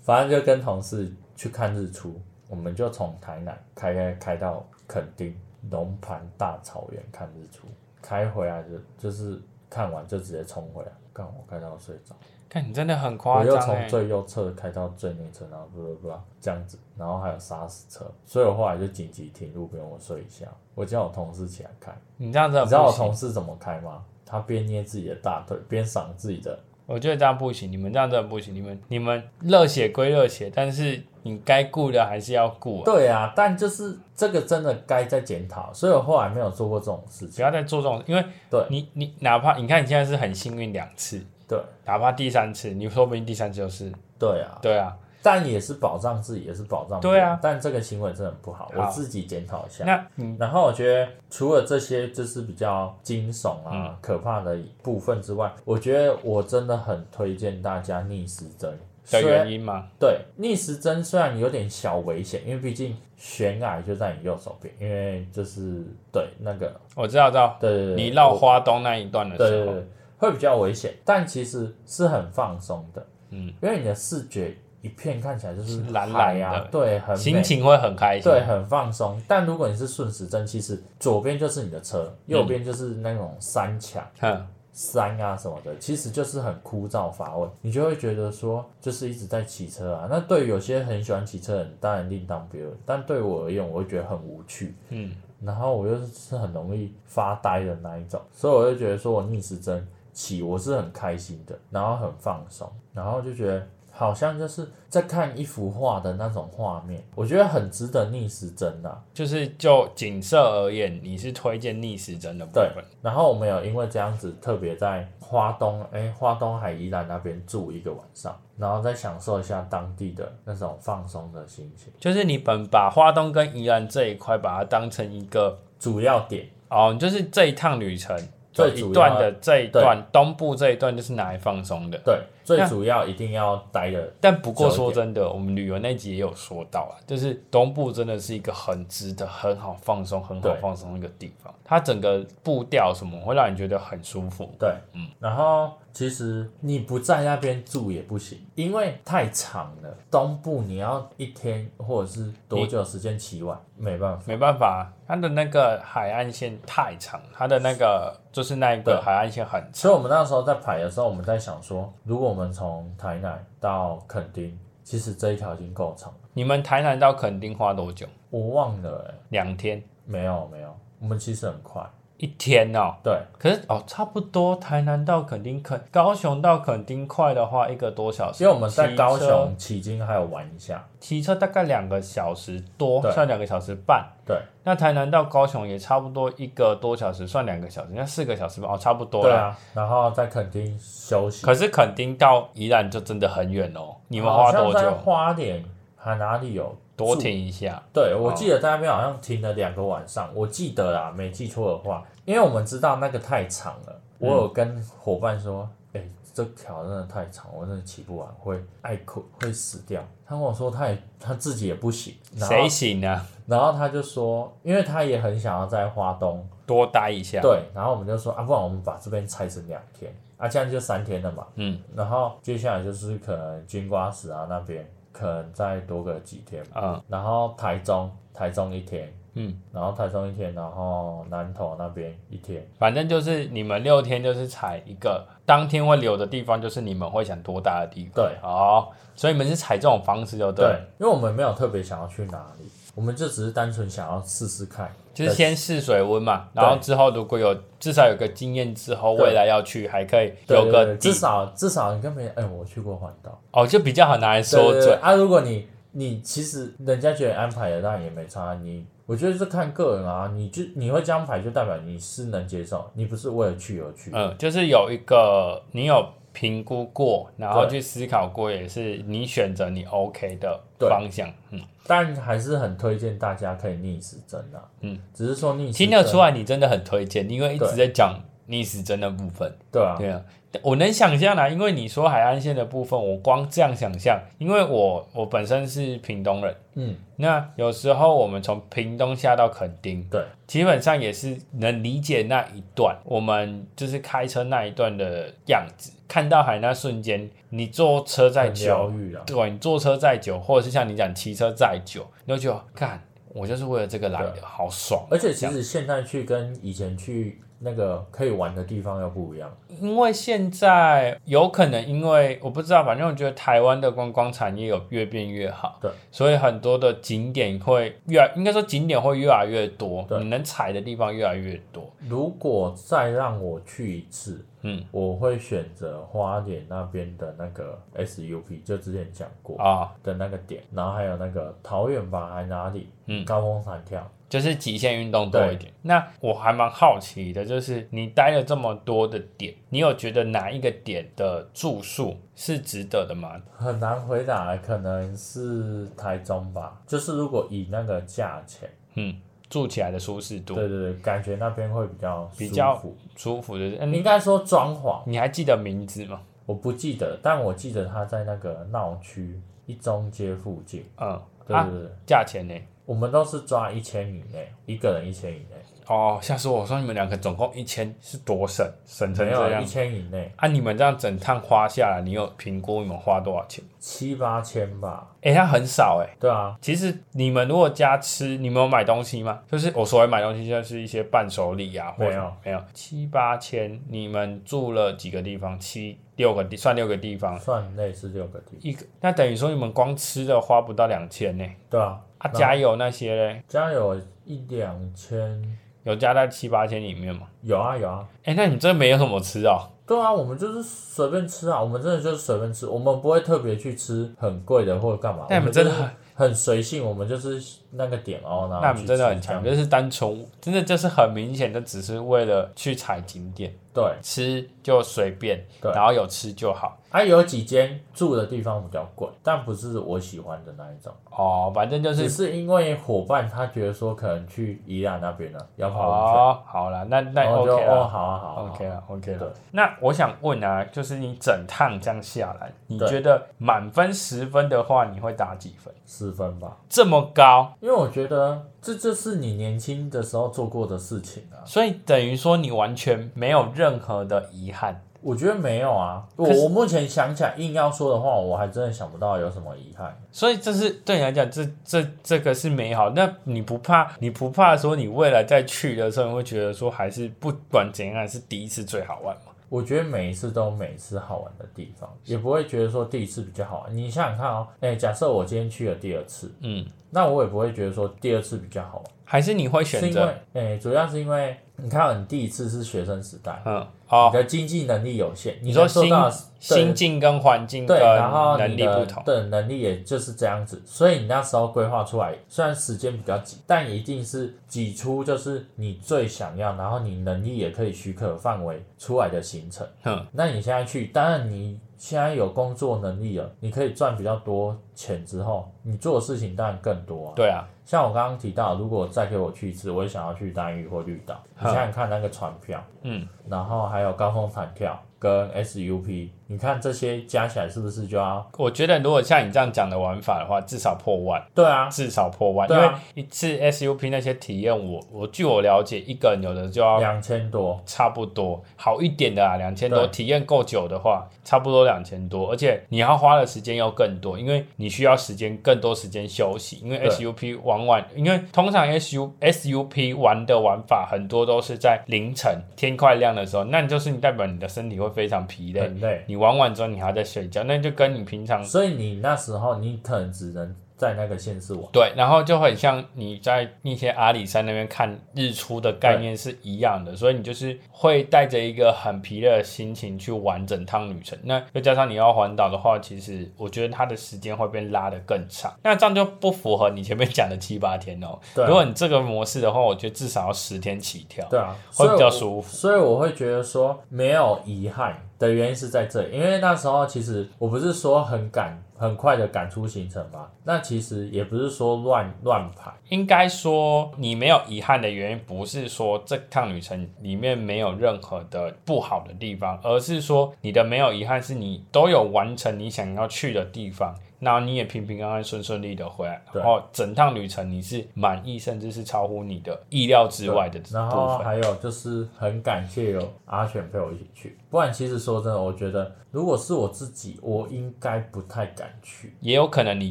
反正就跟同事去看日出，我们就从台南开开开到垦丁龙盘大草原看日出，开回来就就是看完就直接冲回来，干我开到睡着，看你真的很我夸又张从哎、最右侧开到最内侧，然后不不不这样子，然后还有砂石车，所以我后来就紧急停路边，我睡一下，我叫我同事起来开，你这样子很你知道不我行同。事怎么开吗？他边捏自己的大腿，边赏自己的我觉得这样不行，你们这样真的不行。你们你们热血归热血，但是你该顾的还是要顾、啊，对啊，但就是这个真的该再检讨，所以我后来没有做过这种事不情。要再做这种，因为对你你哪怕你看你现在是很幸运两次，对哪怕第三次，你说不定第三次就是对啊，对啊。但也是保障自己，也是保障别人对啊。但这个行为真的很不好，好我自己检讨一下。那嗯然后我觉得除了这些就是比较惊悚啊、嗯可怕的部分之外，我觉得我真的很推荐大家逆时针。的虽然原因嘛，对，逆时针虽然有点小危险，因为毕竟悬崖就在你右手边，因为就是对那个我知道知道。对对对，你绕我花东那一段的对时对候，对，会比较危险，但其实是很放松的，嗯，因为你的视觉一片看起来就是是蓝蓝海啊的对，很美心，情会很开心。对，很放松。但如果你是顺时针，其实左边就是你的车，右边就是那种山墙、哼，山啊什么的，其实就是很枯燥乏味，你就会觉得说就是一直在骑车啊。那对于有些很喜欢骑车的人，当然另当别论，但对我而言，我会觉得很无趣。嗯，然后我又是很容易发呆的那一种，所以我就觉得说我逆时针骑我是很开心的，然后很放松，然后就觉得好像就是在看一幅画的那种画面，我觉得很值得逆时针啊。就是就景色而言，你是推荐逆时针的部对分。，然后我们有因为这样子特别在花东，哎，花东海宜兰那边住一个晚上，然后再享受一下当地的那种放松的心情。就是你本把花东跟宜兰这一块，把它当成一个主要点哦，就是这一趟旅程最这主一要段的这一段东部这一段就是拿来放松的，对，最主要一定要待的，但不过久一说点真的，我们旅游那集也有说到啊，就是东部真的是一个很值得、很好放松、很好对放松的一个地方。它整个步调什么会让你觉得很舒服。对，嗯。然后其实你不在那边住也不行，因为太长了。东部你要一天或者是多久时间骑完，没办法。没办法，啊它的那个海岸线太长，它的那个就是那一个对海岸线很所以我们那时候在排的时候，我们在想说，如果我们从台南到垦丁，其实这一条已经够长了。你们台南到垦丁花多久？我忘了、欸，两天？没有没有，我们其实很快。一天哦。对，可是哦，差不多台南到垦丁，垦高雄到垦丁快的话一个多小时，因为我们在骑高车雄迄今还有玩一下。骑车大概两个小时多，对算两个小时半。对，那台南到高雄也差不多一个多小时，算两个小时，那四个小时吧，哦，差不多对了。啊，然后在垦丁休息。可是垦丁到宜兰就真的很远哦，你们好花像多在久？花莲还哪里有多住？停一下，对，我记得在那边好像停了两个晚上，我记得啦，没记错的话，因为我们知道那个太长了，我有跟伙伴说，哎、这条真的太长，我真的骑不完，会爱哭，会死掉。他跟我说，他也他自己也不行，然后谁行啊？然后他就说，因为他也很想要在花东，多待一下。对，然后我们就说啊，不然我们把这边拆成两天，啊，这样就三天了嘛。嗯，然后接下来就是可能金瓜石啊那边，可能再多个几天，嗯然后台中，台中一天，嗯，然后台中一天，然后南投那边一天，反正就是你们六天就是踩一个当天会留的地方，就是你们会想多待的地方。对哦，所以你们是采这种方式就对了，因为我们没有特别想要去哪里，我们就只是单纯想要试试看，就是先试水温嘛，然后之后如果有至少有个经验之后，对未来要去还可以对有对个对底至少至少你跟别人，哎，我去过环岛，哦，就比较很难说对对对准。啊，如果你你其实人家觉得安排的，当然也没差。你我觉得是看个人啊，你就你会这样排，就代表你是能接受，你不是为了去而去。嗯，就是有一个你有评估过，然后对去思考过，也是你选择你 OK 的对方向。嗯，但还是很推荐大家可以逆时针啊。嗯，只是说逆时针听得出，来你真的很推荐，因为一直对在讲逆时针的部分。对啊，对啊，我能想象啊啦、因为你说海岸线的部分，我光这样想象，因为我我本身是屏东人。嗯，那有时候我们从屏东下到垦丁，对，基本上也是能理解那一段，我们就是开车那一段的样子。看到海那瞬间，你坐车再很疗久，愈啊。对，你坐车再久，或者是像你讲骑车再久，你就觉得干，我就是为了这个来的，好爽。啊而且其这样实现在去跟以前去那个可以玩的地方又不一样。因为现在有可能，因为我不知道，反正我觉得台湾的观光产业有越变越好，对，所以很多的景点会越来，应该说景点会越来越多，对你能踩的地方越来越多，如果再让我去一次，嗯我会选择花莲那边的那个 SUP，就之前讲过。啊，的那个点，然后还有那个桃园吧，还哪里，嗯高空弹跳，就是极限运动多一点。那我还蛮好奇的，就是你待了这么多的点，你有觉得哪一个点的住宿是值得的吗？很难回答，可能是台中吧。就是如果以那个价钱，嗯，住起来的舒适度对对对，感觉那边会比较比较舒服。舒服的，嗯，应该说装潢，你还记得名字吗？我不记得，但我记得它在那个闹区一中街附近。嗯，对啊，对对，价钱呢？我们都是抓一千以内，一个人一千以内，哦，吓死我！我说你们两个总共一千是多省，省成没这有啊一样千以内，啊！你们这样整趟花下来，你有评估你们花多少钱？七八千吧。诶，它很少诶。对啊，其实你们如果加吃，你们有买东西吗？就是我所谓买东西，就是一些伴手礼啊，或者没有没有七八千。你们住了几个地方？七六个地，算六个地方，算类似六个地，一个那等于说你们光吃的花不到两千呢。对啊，啊，加油那些嘞，加有一两千，有加在七八千里面吗？有啊有啊，诶，那你们真的没有什么吃哦。对啊，我们就是随便吃啊，我们真的就是随便吃，我们不会特别去吃很贵的或者干嘛，但你们我们就真是的很很随性，我们就是那个点哦，然后那你们真的很去吃强，就是单纯，真的就是很明显的只是为了去踩景点。对，吃就随便，对然后有吃就好。啊，有几间住的地方比较贵，但不是我喜欢的那一种，哦，反正就只是是因为伙伴他觉得说可能去宜兰那边呢、啊要泡温泉，哦，好了，那那然后就 OK 哦，了。好啊好啊好啊 OK 了，OK 对了。那我想问啊，就是你整趟这样下来，你对觉得满分十分的话，你会打几分？四分吧，这么高，因为我觉得这就是你年轻的时候做过的事情啊，所以等于说你完全没有任何的遗憾。我觉得没有啊，我可是我目前想起来硬要说的话，我还真的想不到有什么遗憾。所以这是对你来讲，这这这个是美好。那你不怕，你不怕说你未来再去的时候，你会觉得说还是不管怎样，还是第一次最好玩嘛？我觉得每一次都有每一次好玩的地方，也不会觉得说第一次比较好玩。你想想看哦，哎、假设我今天去了第二次，嗯，那我也不会觉得说第二次比较好玩，还是你会是选因为择，哎、主要是因为你看哦你第一次是学生时代，嗯，你哦，的经济能力有限，你你说能做心到的心境跟环境对，跟然后能你力的不同，对，能力也就是这样子。所以你那时候规划出来，虽然时间比较紧，但一定是挤出就是你最想要，然后你能力也可以许可的范围出来的行程。嗯，那你现在去，当然你现在有工作能力了，你可以赚比较多钱之后，你做的事情当然更多啊。对啊，像我刚刚提到，如果再给我去一次，我也想要去丹屿或绿岛。你想想看那个船票，嗯，然后还有高空弹跳跟 SUP，你看这些加起来是不是就要？我觉得如果像你这样讲的玩法的话，至少破万，对啊，至少破万，对啊因为一次 SUP 那些体验，我我据我了解，一个人有的就要两千多，差不多，好一点的啊，两千多，对体验够久的话，差不多两千多，而且你要花的时间要更多，因为你需要时间更多时间休息，因为对 SUP 玩玩，因为通常 SU SUP 玩的玩法很多都是在凌晨天快亮的时候，那你就是你代表你的身体会非常疲累，很累。你玩完之后你还要再睡觉，那就跟你平常所以你那时候你可能只能在那个县市玩。对，然后就很像你在那些阿里山那边看日出的概念是一样的，所以你就是会带着一个很疲累的心情去完整趟旅程。那又加上你要环岛的话，其实我觉得它的时间会被拉得更长，那这样就不符合你前面讲的七八天哦。对啊如果你这个模式的话，我觉得至少要十天起跳。对啊，会比较所以我舒服所以我会觉得说没有遗憾的原因是在这里，因为那时候其实我不是说很赶很快的赶出行程嘛，那其实也不是说乱乱排，应该说，你没有遗憾的原因，不是说这趟旅程里面没有任何的不好的地方，而是说你的没有遗憾是你都有完成你想要去的地方，然后你也平平安安、顺顺利的回来，对然后整趟旅程你是满意，甚至是超乎你的意料之外的然部后分。还有就是很感谢有阿选陪我一起去，不然其实说真的，我觉得如果是我自己，我应该不太敢去。也有可能你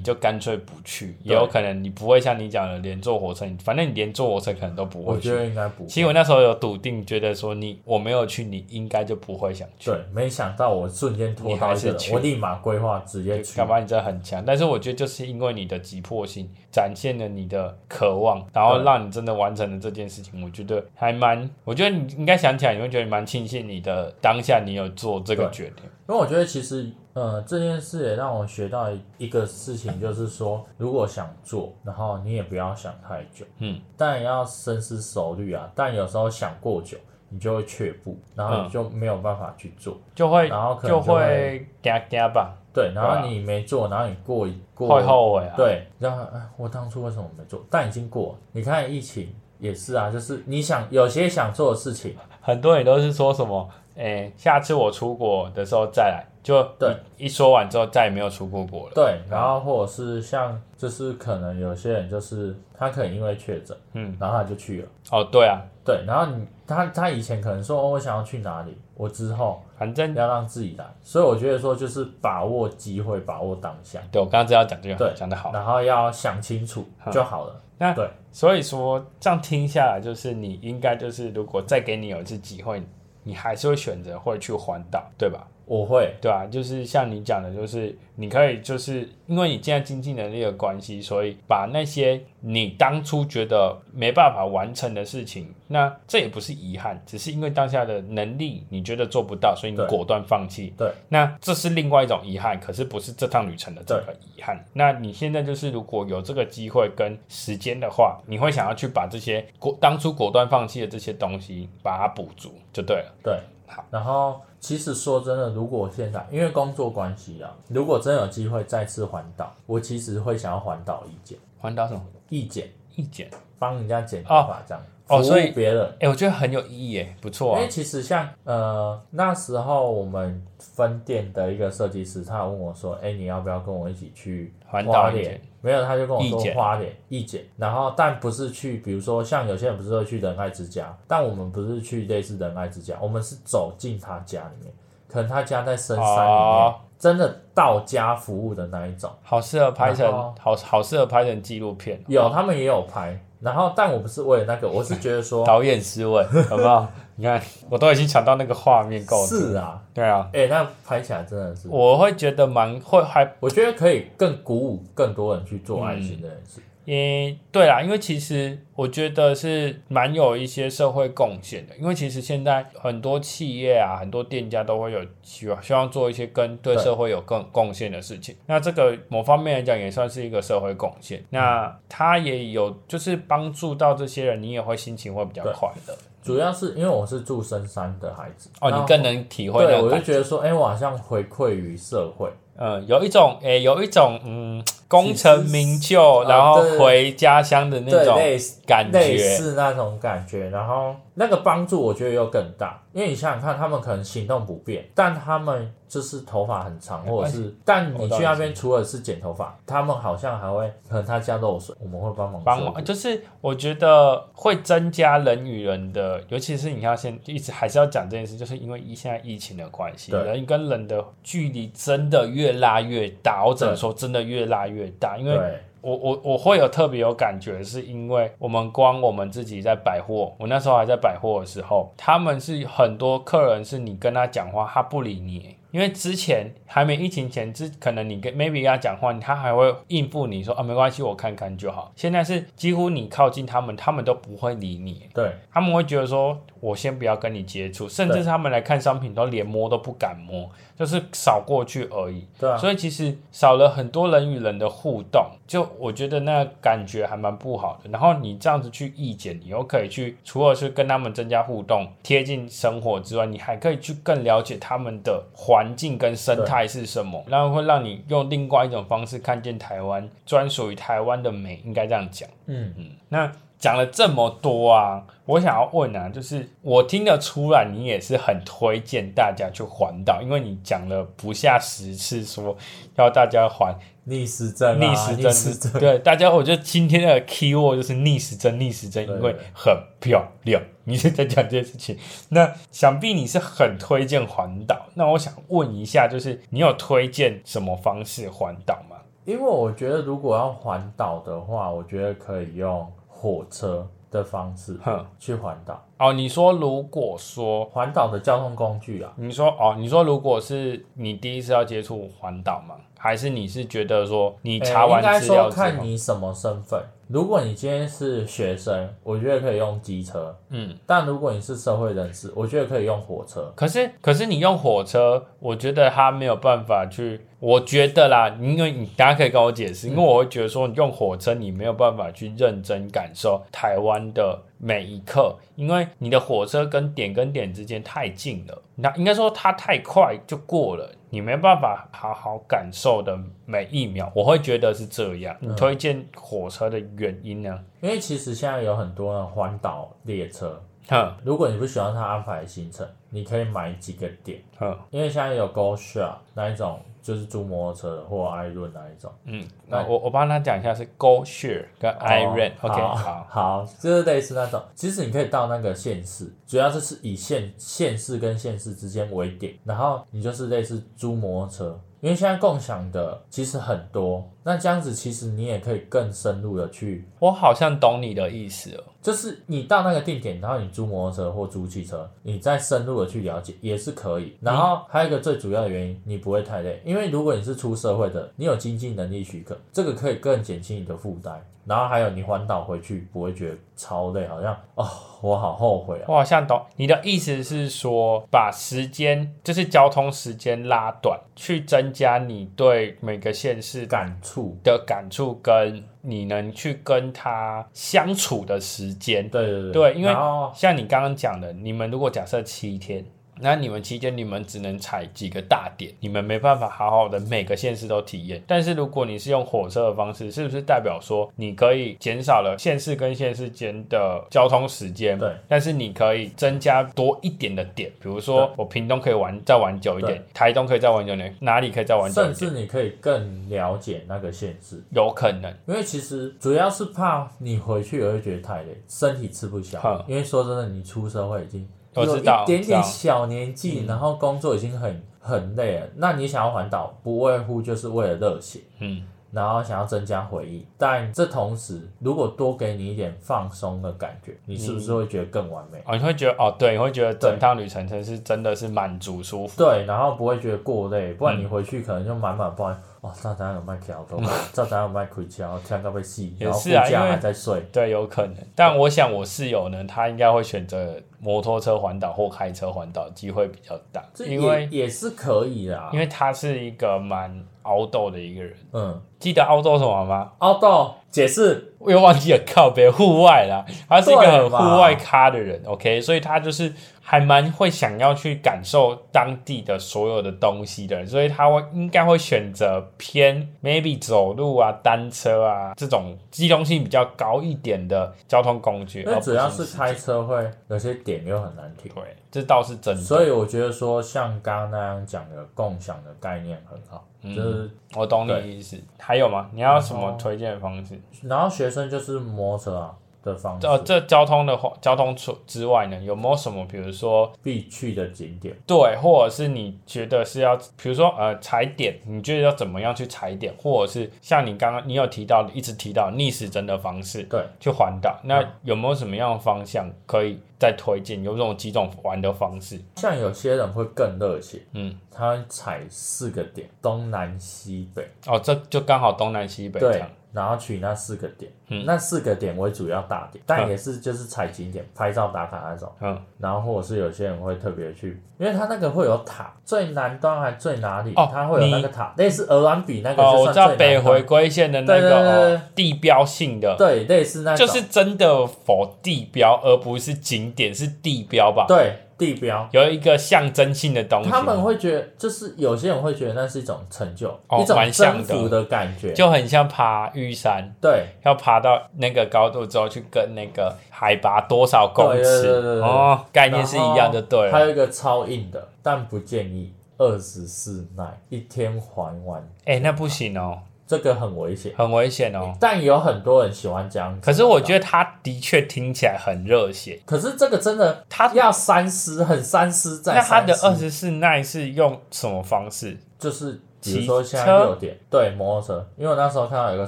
就干脆不去，对也有可能你不会像你讲的连坐火车，你反正你连坐火车可能都不我会去觉。得应该不会其实我那时候有笃定，觉得说你我没有去，你应该就不会想去。对，没想到我瞬间拖到一你个还是人去，我立马规划直接去干。嘛？你真的很强，但是我觉得就是因为你的急迫性，展现了你的渴望，然后对让你真的完成了这件事情。我觉得还蛮，我觉得你应该想起来，你会觉得蛮庆幸你的当下你有做这个对决定。因为我觉得其实，呃，这件事也让我学到一个事情，就是说，如果想做，然后你也不要想太久，嗯，但也要深思熟虑啊。但有时候想过久，你就会却步，然后你就没有办法去做。就嗯会然后可能就就会嘎嘎吧，对，然对啊后你没做，然后你过一过，会后悔啊。，对，然后哎，我当初为什么没做？但已经过了，你看疫情也是啊，就是你想有些想做的事情，很多人都是说什么，哎、下次我出国的时候再来，就对一一说完之后再也没有出过国了。对，然后或者是像就是可能有些人就是他可能因为确诊，嗯，然后他就去了。哦，对啊，对，然后你他他以前可能说、哦、我想要去哪里，我之后反正要让自己来，所以我觉得说就是把握机会，把握当下，对我刚刚知道讲这个对讲的好。然后要想清楚好就好了。那对所以说，这样听下来，就是你应该就是，如果再给你有一次机会，你还是会选择会去环岛，对吧？我会对啊，就是像你讲的，就是你可以就是因为你现在经济能力的关系，所以把那些你当初觉得没办法完成的事情，那这也不是遗憾，只是因为当下的能力你觉得做不到，所以你对果断放弃。对，那这是另外一种遗憾，可是不是这趟旅程的这个遗憾。那你现在就是如果有这个机会跟时间的话，你会想要去把这些果当初果断放弃的这些东西把它补足，就对了。对好，然后其实说真的，如果我现在因为工作关系啊，如果真有机会再次环岛，我其实会想要环岛一剪环岛什么一剪，意见？帮人家剪头发这样，哦服务所以别人。哎、我觉得很有意义耶，不错因啊为。其实像呃那时候我们分店的一个设计师，他问我说：“哎、你要不要跟我一起去环岛花一莲间？”没有，他就跟我义说剪花莲一剪，然后但不是去，比如说像有些人不是会去仁爱之家，但我们不是去类似仁爱之家，我们是走进他家里面，可能他家在深山里面，哦真的到家服务的那一种。好适合拍然成，后好好适合拍成纪录 片哦。有，他们也有拍，然后但我不是为了那个，我是觉 得说，导演思维，好不好？你看，我都已经想到那个画面构图。是啊，对啊，哎、那拍起来真的是我会觉得蛮会还，我觉得可以更鼓舞更多人去嗯做爱心这件事。诶，对啦，因为其实我觉得是蛮有一些社会贡献的，因为其实现在很多企业啊，很多店家都会有希望希望做一些跟对对社会有更贡献的事情。那这个某方面来讲，也算是一个社会贡献。那他也有就是帮助到这些人，你也会心情会比较对快乐主要是因为我是住深山的孩子，哦，然你后更能体会那对，个我就感觉得说，哎、我好像回馈于社会，嗯，有一种诶、有一种嗯，功成名就，是然后啊对回家乡的那对，种类似感类觉。似那种感觉，然后那个帮助我觉得又更大，因为你想想看，他们可能行动不便，但他们就是头发很长，或者是，但你去那边除了是剪头发，他们好像还会，可能他家漏水，我们会帮忙帮修忙就是，我觉得会增加人与人的，尤其是你看现一直还是要讲这件事，就是因为疫现在疫情的关系，对人跟人的距离真的越拉越大。我只能说，真的越拉越大，因为对，我我我会有特别有感觉，是因为我们光我们自己在百货，我那时候还在百货的时候，他们是很多客人是你跟他讲话，他不理你。因为之前还没疫情前，之可能你跟 maybe 跟他讲话，他还会应付你说啊没关系，我看看就好。现在是几乎你靠近他们，他们都不会理你，对，他们会觉得说我先不要跟你接触，甚至对是他们来看商品都连摸都不敢摸，就是扫过去而已。对啊，所以其实少了很多人与人的互动，就我觉得那个感觉还蛮不好的。然后你这样子去意见，你又可以去除了是跟他们增加互动、贴近生活之外，你还可以去更了解他们的环境跟生态是什么，然后会让你用另外一种方式看见台湾专属于台湾的美，应该这样讲。嗯，那讲了这么多啊，我想要问啊，就是我听得出来，你也是很推荐大家去环岛，因为你讲了不下十次说要大家环逆时针、啊，逆时逆针，时针，对大家，我觉得今天的 key word 就是逆时针，逆时针，对因为很漂亮。你是在讲这件事情，那想必你是很推荐环岛。那我想问一下，就是你有推荐什么方式环岛吗？因为我觉得如果要环岛的话，我觉得可以用火车的方式哼，去环岛。哦，你说如果说环岛的交通工具啊，你说哦，你说如果是你第一次要接触环岛吗？还是你是觉得说你查呃完应该资料说之后，看你什么身份。如果你今天是学生，我觉得可以用机车；嗯，但如果你是社会人士，我觉得可以用火车。可是可是你用火车，我觉得它没有办法去，我觉得啦，因为你大家可以跟我解嗯释，因为我会觉得说你用火车你没有办法去认真感受台湾的每一刻，因为你的火车跟点跟点之间太近了，那应该说它太快就过了。你没办法好好感受的每一秒，我会觉得是这样。嗯你推荐火车的原因呢？因为其实现在有很多的环岛列车，哼如果你不喜欢它安排的行程，你可以买几个点，哼，因为现在有 Go Share 那一种，就是租摩托车的或 i r o n 那一种。嗯，那我我帮他讲一下是 Go Share 跟 i r o n 哦 OK，好好，就是类似那种。其实你可以到那个县市，主要就是以县县市跟县市之间为点，然后你就是类似租摩托车，因为现在共享的其实很多，那这样子其实你也可以更深入的去，我好像懂你的意思了。就是你到那个定点，然后你租摩托车或租汽车，你再深入的去了解也是可以。然后还有一个最主要的原因，你不会太累，因为如果你是出社会的，你有经济能力许可，这个可以更减轻你的负担。然后还有你环岛回去不会觉得超累，好像哦，我好后悔 啊。我好像懂你的意思是说，把时间就是交通时间拉短，去增加你对每个县市感触，的感触，跟你能去跟他相处的时间。对对对因为然后像你刚刚讲的，你们如果假设七天，那你们期间你们只能踩几个大点，你们没办法好好的每个县市都体验。但是如果你是用火车的方式，是不是代表说你可以减少了县市跟县市间的交通时间？对。但是你可以增加多一点的点，比如说对我屏东可以玩再玩久一点对，台东可以再玩久一点，哪里可以再玩久甚一点？至你可以更了解那个县市，有可能。因为其实主要是怕你回去也会觉得太累，身体吃不消哼。因为说真的，你出社会已经我有知道一点知道嗯点小年纪，然后工作已经很很累了。那你想要环岛，不外乎就是为了热血，嗯，然后想要增加回忆。但这同时，如果多给你一点放松的感觉，你是不是会觉得更完美？哦，你会觉得哦，对，你会觉得整对趟旅程真是真的是满足舒服。对，然后不会觉得过累，不然你回去可能就满满抱怨，哇，这单有卖条 多，这单有卖亏钱，天到被戏，也然后副是啊因驾为还在睡。对，有可能。但我想我室友呢，他应该会选择摩托车环岛或开车环岛，机会比较大，这因也啊为也是可以啦因，为他是一个蛮凹斗的一个人。嗯，记得凹斗什么吗？凹哦豆解释，我又忘记了，靠别户外啦，他是一个很对嘛户外咖的人，OK，所以他就是还蛮会想要去感受当地的所有的东西的人，所以他会应该会选择偏 maybe 走路啊、单车啊这种机动性比较高一点的交通工具，那而不主要是骑开车会有些点又很难停，对，这倒是真的。所以我觉得说像刚刚那样讲的共享的概念很好，嗯就是我懂你的对哦意思。还有吗？你要什然么后推荐的方式？然后学生就是摩托车啊的方式呃，这交通的话，交通除之外呢，有没有什么，比如说必去的景点，对，或者是你觉得是要，比如说呃踩点，你觉得要怎么样去踩点，或者是像你刚刚你有提到一直提到逆时针的方式对，去环岛，嗯那有没有什么样的方向可以再推荐？有这种几种玩的方式？像有些人会更热血，嗯，他会踩四个点，东南西北，哦，这就刚好东南西北这对样。，然后取那四个点，嗯那四个点为主要大点，但也是就是踩景点、拍照打卡那种。嗯，然后或者是有些人会特别去，因为它那个会有塔，最南端还最哪里？哦它会有那你个塔，类似鹅銮比那个哦，就我知算最道南北端回归线的那对对个对哦地标性的，对，类似那就种，是真的否地标，而不是景点，是地标吧？对地标。有一个象征性的东西，他们会觉得，就是有些人会觉得那是一种成就，哦一种蛮像征的服的感觉。就很像爬玉山，对，要爬到那个高度之后，去跟那个海拔多少公尺对对对对对哦，概念是一样就对还了。有一个超硬的，但不建议二十四耐一天还完，哎、那不行哦，这个很危险。很危险哦。但有很多人喜欢这样子。可是我觉得他的确听起来很热血，可是这个真的，他要三思，很三思再那他三的思。二十四耐是用什么方式？就是骑比如说现在车六点，对摩托车，因为我那时候看到有一个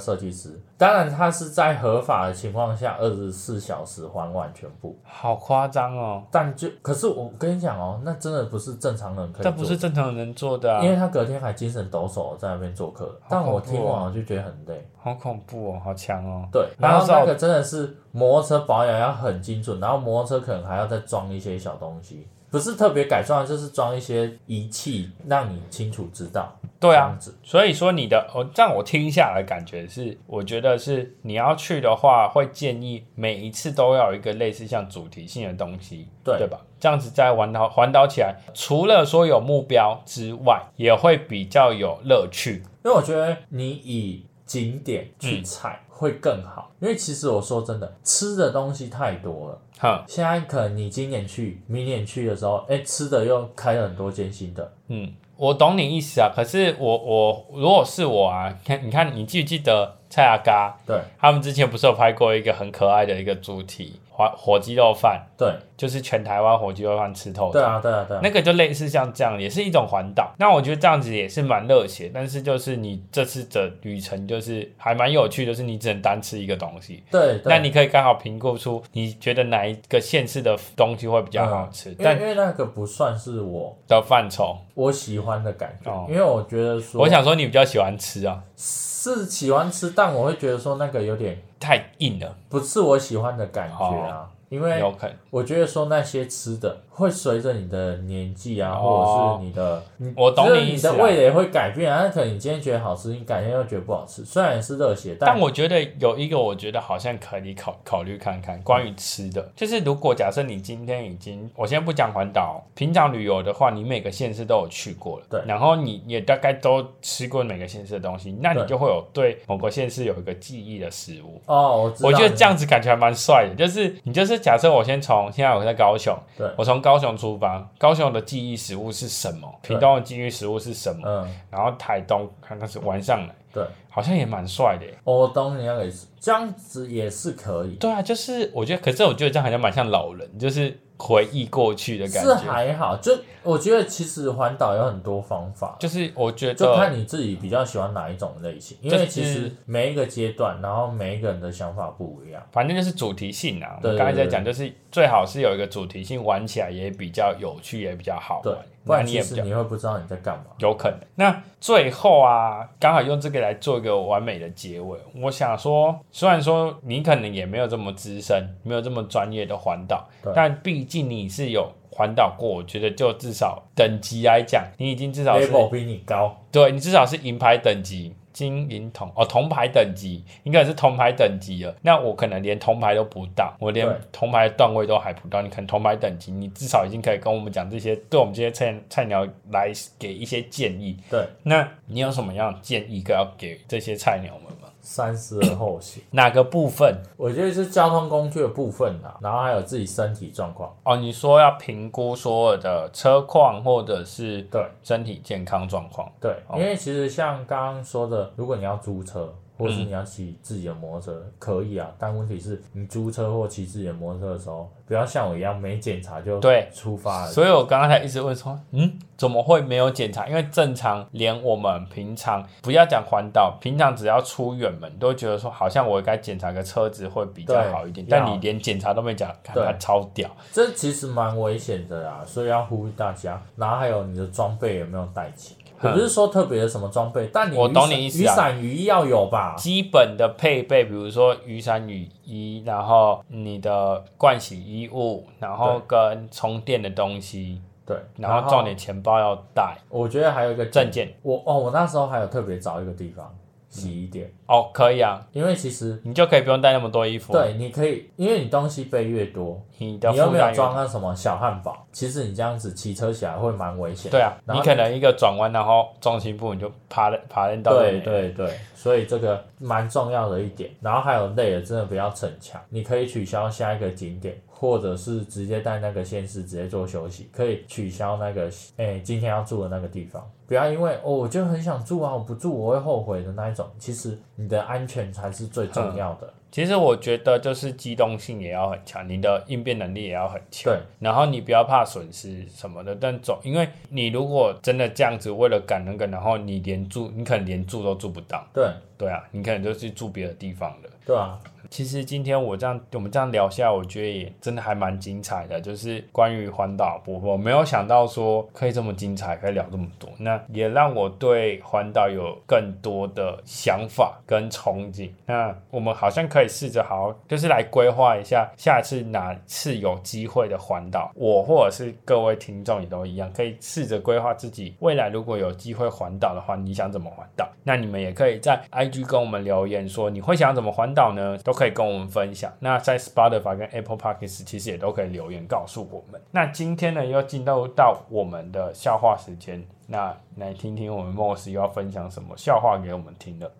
设计师，当然他是在合法的情况下二十四小时还完全部，好夸张哦，但就可是我跟你讲哦，那真的不是正常人可以这做，不是正常人做的、啊因，为他隔天还精神抖擞地在那边做客，哦但我听完我就觉得很累。好恐怖哦，好强哦。对，然然后后那照个真的是摩托车保养要很精准，然后摩托车可能还要再装一些小东西，不是特别改装，就是装一些仪器，让你清楚知道。对这啊样，子，所以说你的，哦，这样我听下来的感觉是，我觉得是你要去的话，会建议每一次都要有一个类似像主题性的东西，对对吧？这样子在环岛环岛起来，除了说有目标之外，也会比较有乐趣。因为我觉得你以景点去嗯踩会更好，因为其实我说真的，吃的东西太多了。哼，现在可能你今年去，明年去的时候，哎、吃的又开了很多间新的，嗯，我懂你意思啊。可是我我如果是我啊， 看你看你记不记得蔡阿嘎对他们之前不是有拍过一个很可爱的一个主题火火鸡肉饭，对就是全台湾火鸡肉饭吃透对啊对啊对啊，哦那个就类似像这样，也是一种环岛。那我觉得这样子也是蛮热血，但是就是你这次的旅程就是还蛮有趣，就是你只能单吃一个东西。对，对那你可以刚好评估出你觉得哪一个县市的东西会比较好吃，嗯因为但因为那个不算是我的范畴，我喜欢的感觉，哦因为我觉得说，我想说你比较喜欢吃啊，是喜欢吃，但我会觉得说那个有点太硬了。不是我喜欢的感觉啊。因为哦有可能。我觉得说那些吃的会随着你的年纪啊，哦或者是你的，你我懂就是你意你思啊的啦味蕾会改变啊。那可能你今天觉得好吃，你改天又觉得不好吃。虽然是热血，但我觉得有一个，我觉得好像可以考考虑看看关于吃的，就是如果假设你今天已经，我先不讲环岛，平常旅游的话，你每个县市都有去过了，对然后你也大概都吃过每个县市的东西，那你对就会有对某个县市有一个记忆的食物。哦，我知道我你，觉得这样子感觉还蛮帅的，就是你就是假设我先从现在我在高雄，对我从高雄出发，高雄的记忆食物是什么？对屏东的记忆食物是什么？嗯，然后台东看看是玩上来，对，好像也蛮帅的耶。哦我懂你那个意思，这样子也是可以，对啊，就是我觉得，可是我觉得这样好像蛮像老人，就是回忆过去的感是觉。还好。就我觉得其实环岛有很多方法，就是我觉就得，看你自己比较喜欢哪一种类型，因就为是其实每一个阶段，然后每一个人的想法不一样。反正就是主题性啊。我对们刚才在讲，就是最好是有一个主题性，玩起来也比较有趣，也比较好对玩，。不那然你其也比实较你会不知道你在干嘛。有可能。那最后啊，刚好用这个来做一个完美的结尾。我想说，虽然说你可能也没有这么资深，没有这么专业的环岛对，但毕竟你是有环岛过，我觉得就至少等级来讲，你已经至少是 level 比你高，对你至少是银牌等级，金银铜哦，铜牌等级，应该是铜牌等级了。那我可能连铜牌都不到，我连对铜牌的段位都还不到。你可能铜牌等级，你至少已经可以跟我们讲这些，对我们这些菜菜鸟来给一些建议。对，那你有什么样的建议要给这些菜鸟们吗？三思而后行。哪个部分我觉得是交通工具的部分啦，然后还有自己身体状况。哦？你说要评估所有的车况或者是对身体健康状况，对，哦因为其实像刚刚说的，如果你要租车，或嗯是你要骑自己的摩托车，可以啊。但问题是你租车或骑自己的摩托车的时候，不要像我一样没检查就对出发了。所以我刚刚才一直问说，嗯，怎么会没有检查？因为正常连我们平常不要讲环岛，平常只要出远门，都会觉得说好像我应该检查个车子会比较对好一点。要但你连检查都没讲，看对他超屌。这其实蛮危险的啦，所以要呼吁大家。然后还有你的装备有没有带齐？嗯我不是说特别的什么装备，但你我雨懂伞你意思雨啊伞、雨衣要有吧？基本的配备，比如说雨伞、雨衣，然后你的盥洗衣物，然后跟充电的东西，对，然后重点钱包要带，我觉得还有一个证件我哦，我那时候还有特别找一个地方洗衣店，哦，可以啊，因为其实你就可以不用带那么多衣服。，对，你可以，因为你东西备越多，你的你又负没担有越装那什么小汉堡，其实你这样子骑车起来会蛮危险。对啊，然你后可能一个转弯，然后重心不稳就爬了爬lên 到对那里对对，所以这个蛮重要的一点。然后还有累了，真的不要逞强，你可以取消下一个景点，或者是直接在那个县市直接做休息，可以取消那个诶、今天要住的那个地方。不要因为哦，我就很想住啊，我不住我会后悔的那一种。其实你的安全才是最重要的。其实我觉得就是机动性也要很强，你的应变能力也要很强。对，然后你不要怕损失什么的，但总因为你如果真的这样子为了赶那个，然后你连住，你可能连住都住不到。对对啊，你可能就去住别的地方了。对啊，其实今天我这样，我们这样聊下来，我觉得也真的还蛮精彩的，就是关于环岛部分，我没有想到说可以这么精彩，可以聊这么多，那也让我对环岛有更多的想法跟憧憬。那我们好像可以试着好好，就是来规划一下，下次哪次有机会的环岛，我或者是各位听众也都一样，可以试着规划自己未来如果有机会环岛的话，你想怎么环岛？那你们也可以在 IG 跟我们留言说你会想怎么环岛呢？都可以跟我们分享。那在 Spotify 跟 Apple Podcasts 其实也都可以留言告诉我们。那今天呢，又进入到我们的笑话时间，那来听听我们 Moss 又要分享什么笑话给我们听了。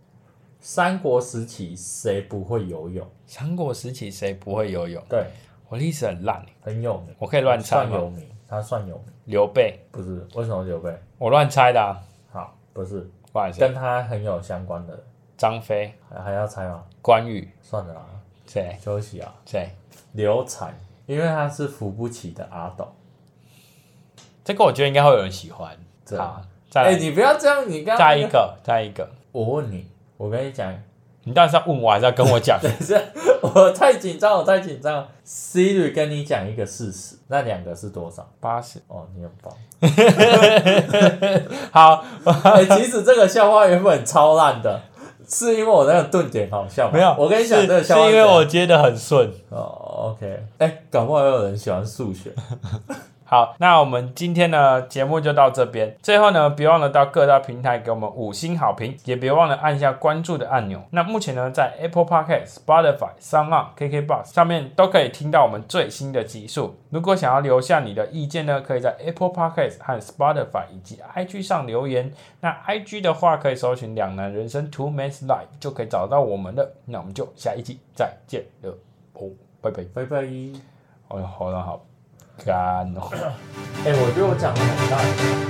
三国时期谁不会游泳？三国时期谁不会游泳？对，我历史很烂，很有名，我可以乱猜算有吗？名，他算有名，刘备，不是为什么刘备？我乱猜的、啊，好，不是不好意思，跟他很有相关的，张飞、还还要猜吗？关羽，算了啦，啊谁休息啊。谁？刘禅，因为他是扶不起的阿斗。这个我觉得应该会有人喜欢。对好，再哎、来，你不要这样，你刚刚再那一个个，再一个。我问你，我跟你讲，你到底是要问我，还是要跟我 讲？等一下， 我太紧张，我太紧张。Siri 跟你讲一个事实，那两个是多少？八十哦，你很 棒。好，哎、其实这个笑话原本超烂的，是因为我那个顿点好笑吗？没有，我跟你讲是这个是笑话因是为这样我接的很顺。哦，OK，哎、搞不好有人喜欢数学，好，那我们今天呢节目就到这边。最后呢，别忘了到各大平台给我们五星好评，也别忘了按下关注的按钮。那目前呢，在 Apple Podcast、Spotify、s o n on、KKBox 上面都可以听到我们最新的集数。如果想要留下你的意见呢，可以在 Apple Podcast 和 Spotify 以及 IG 上留言。那 IG 的话，可以搜寻“两男人生 Two Man's Life” 就可以找到我们了。那我们就下一集再见了，哦，拜哎拜。拜拜。哎呦，喉咙好干哦。哎、我觉得我讲的很烂。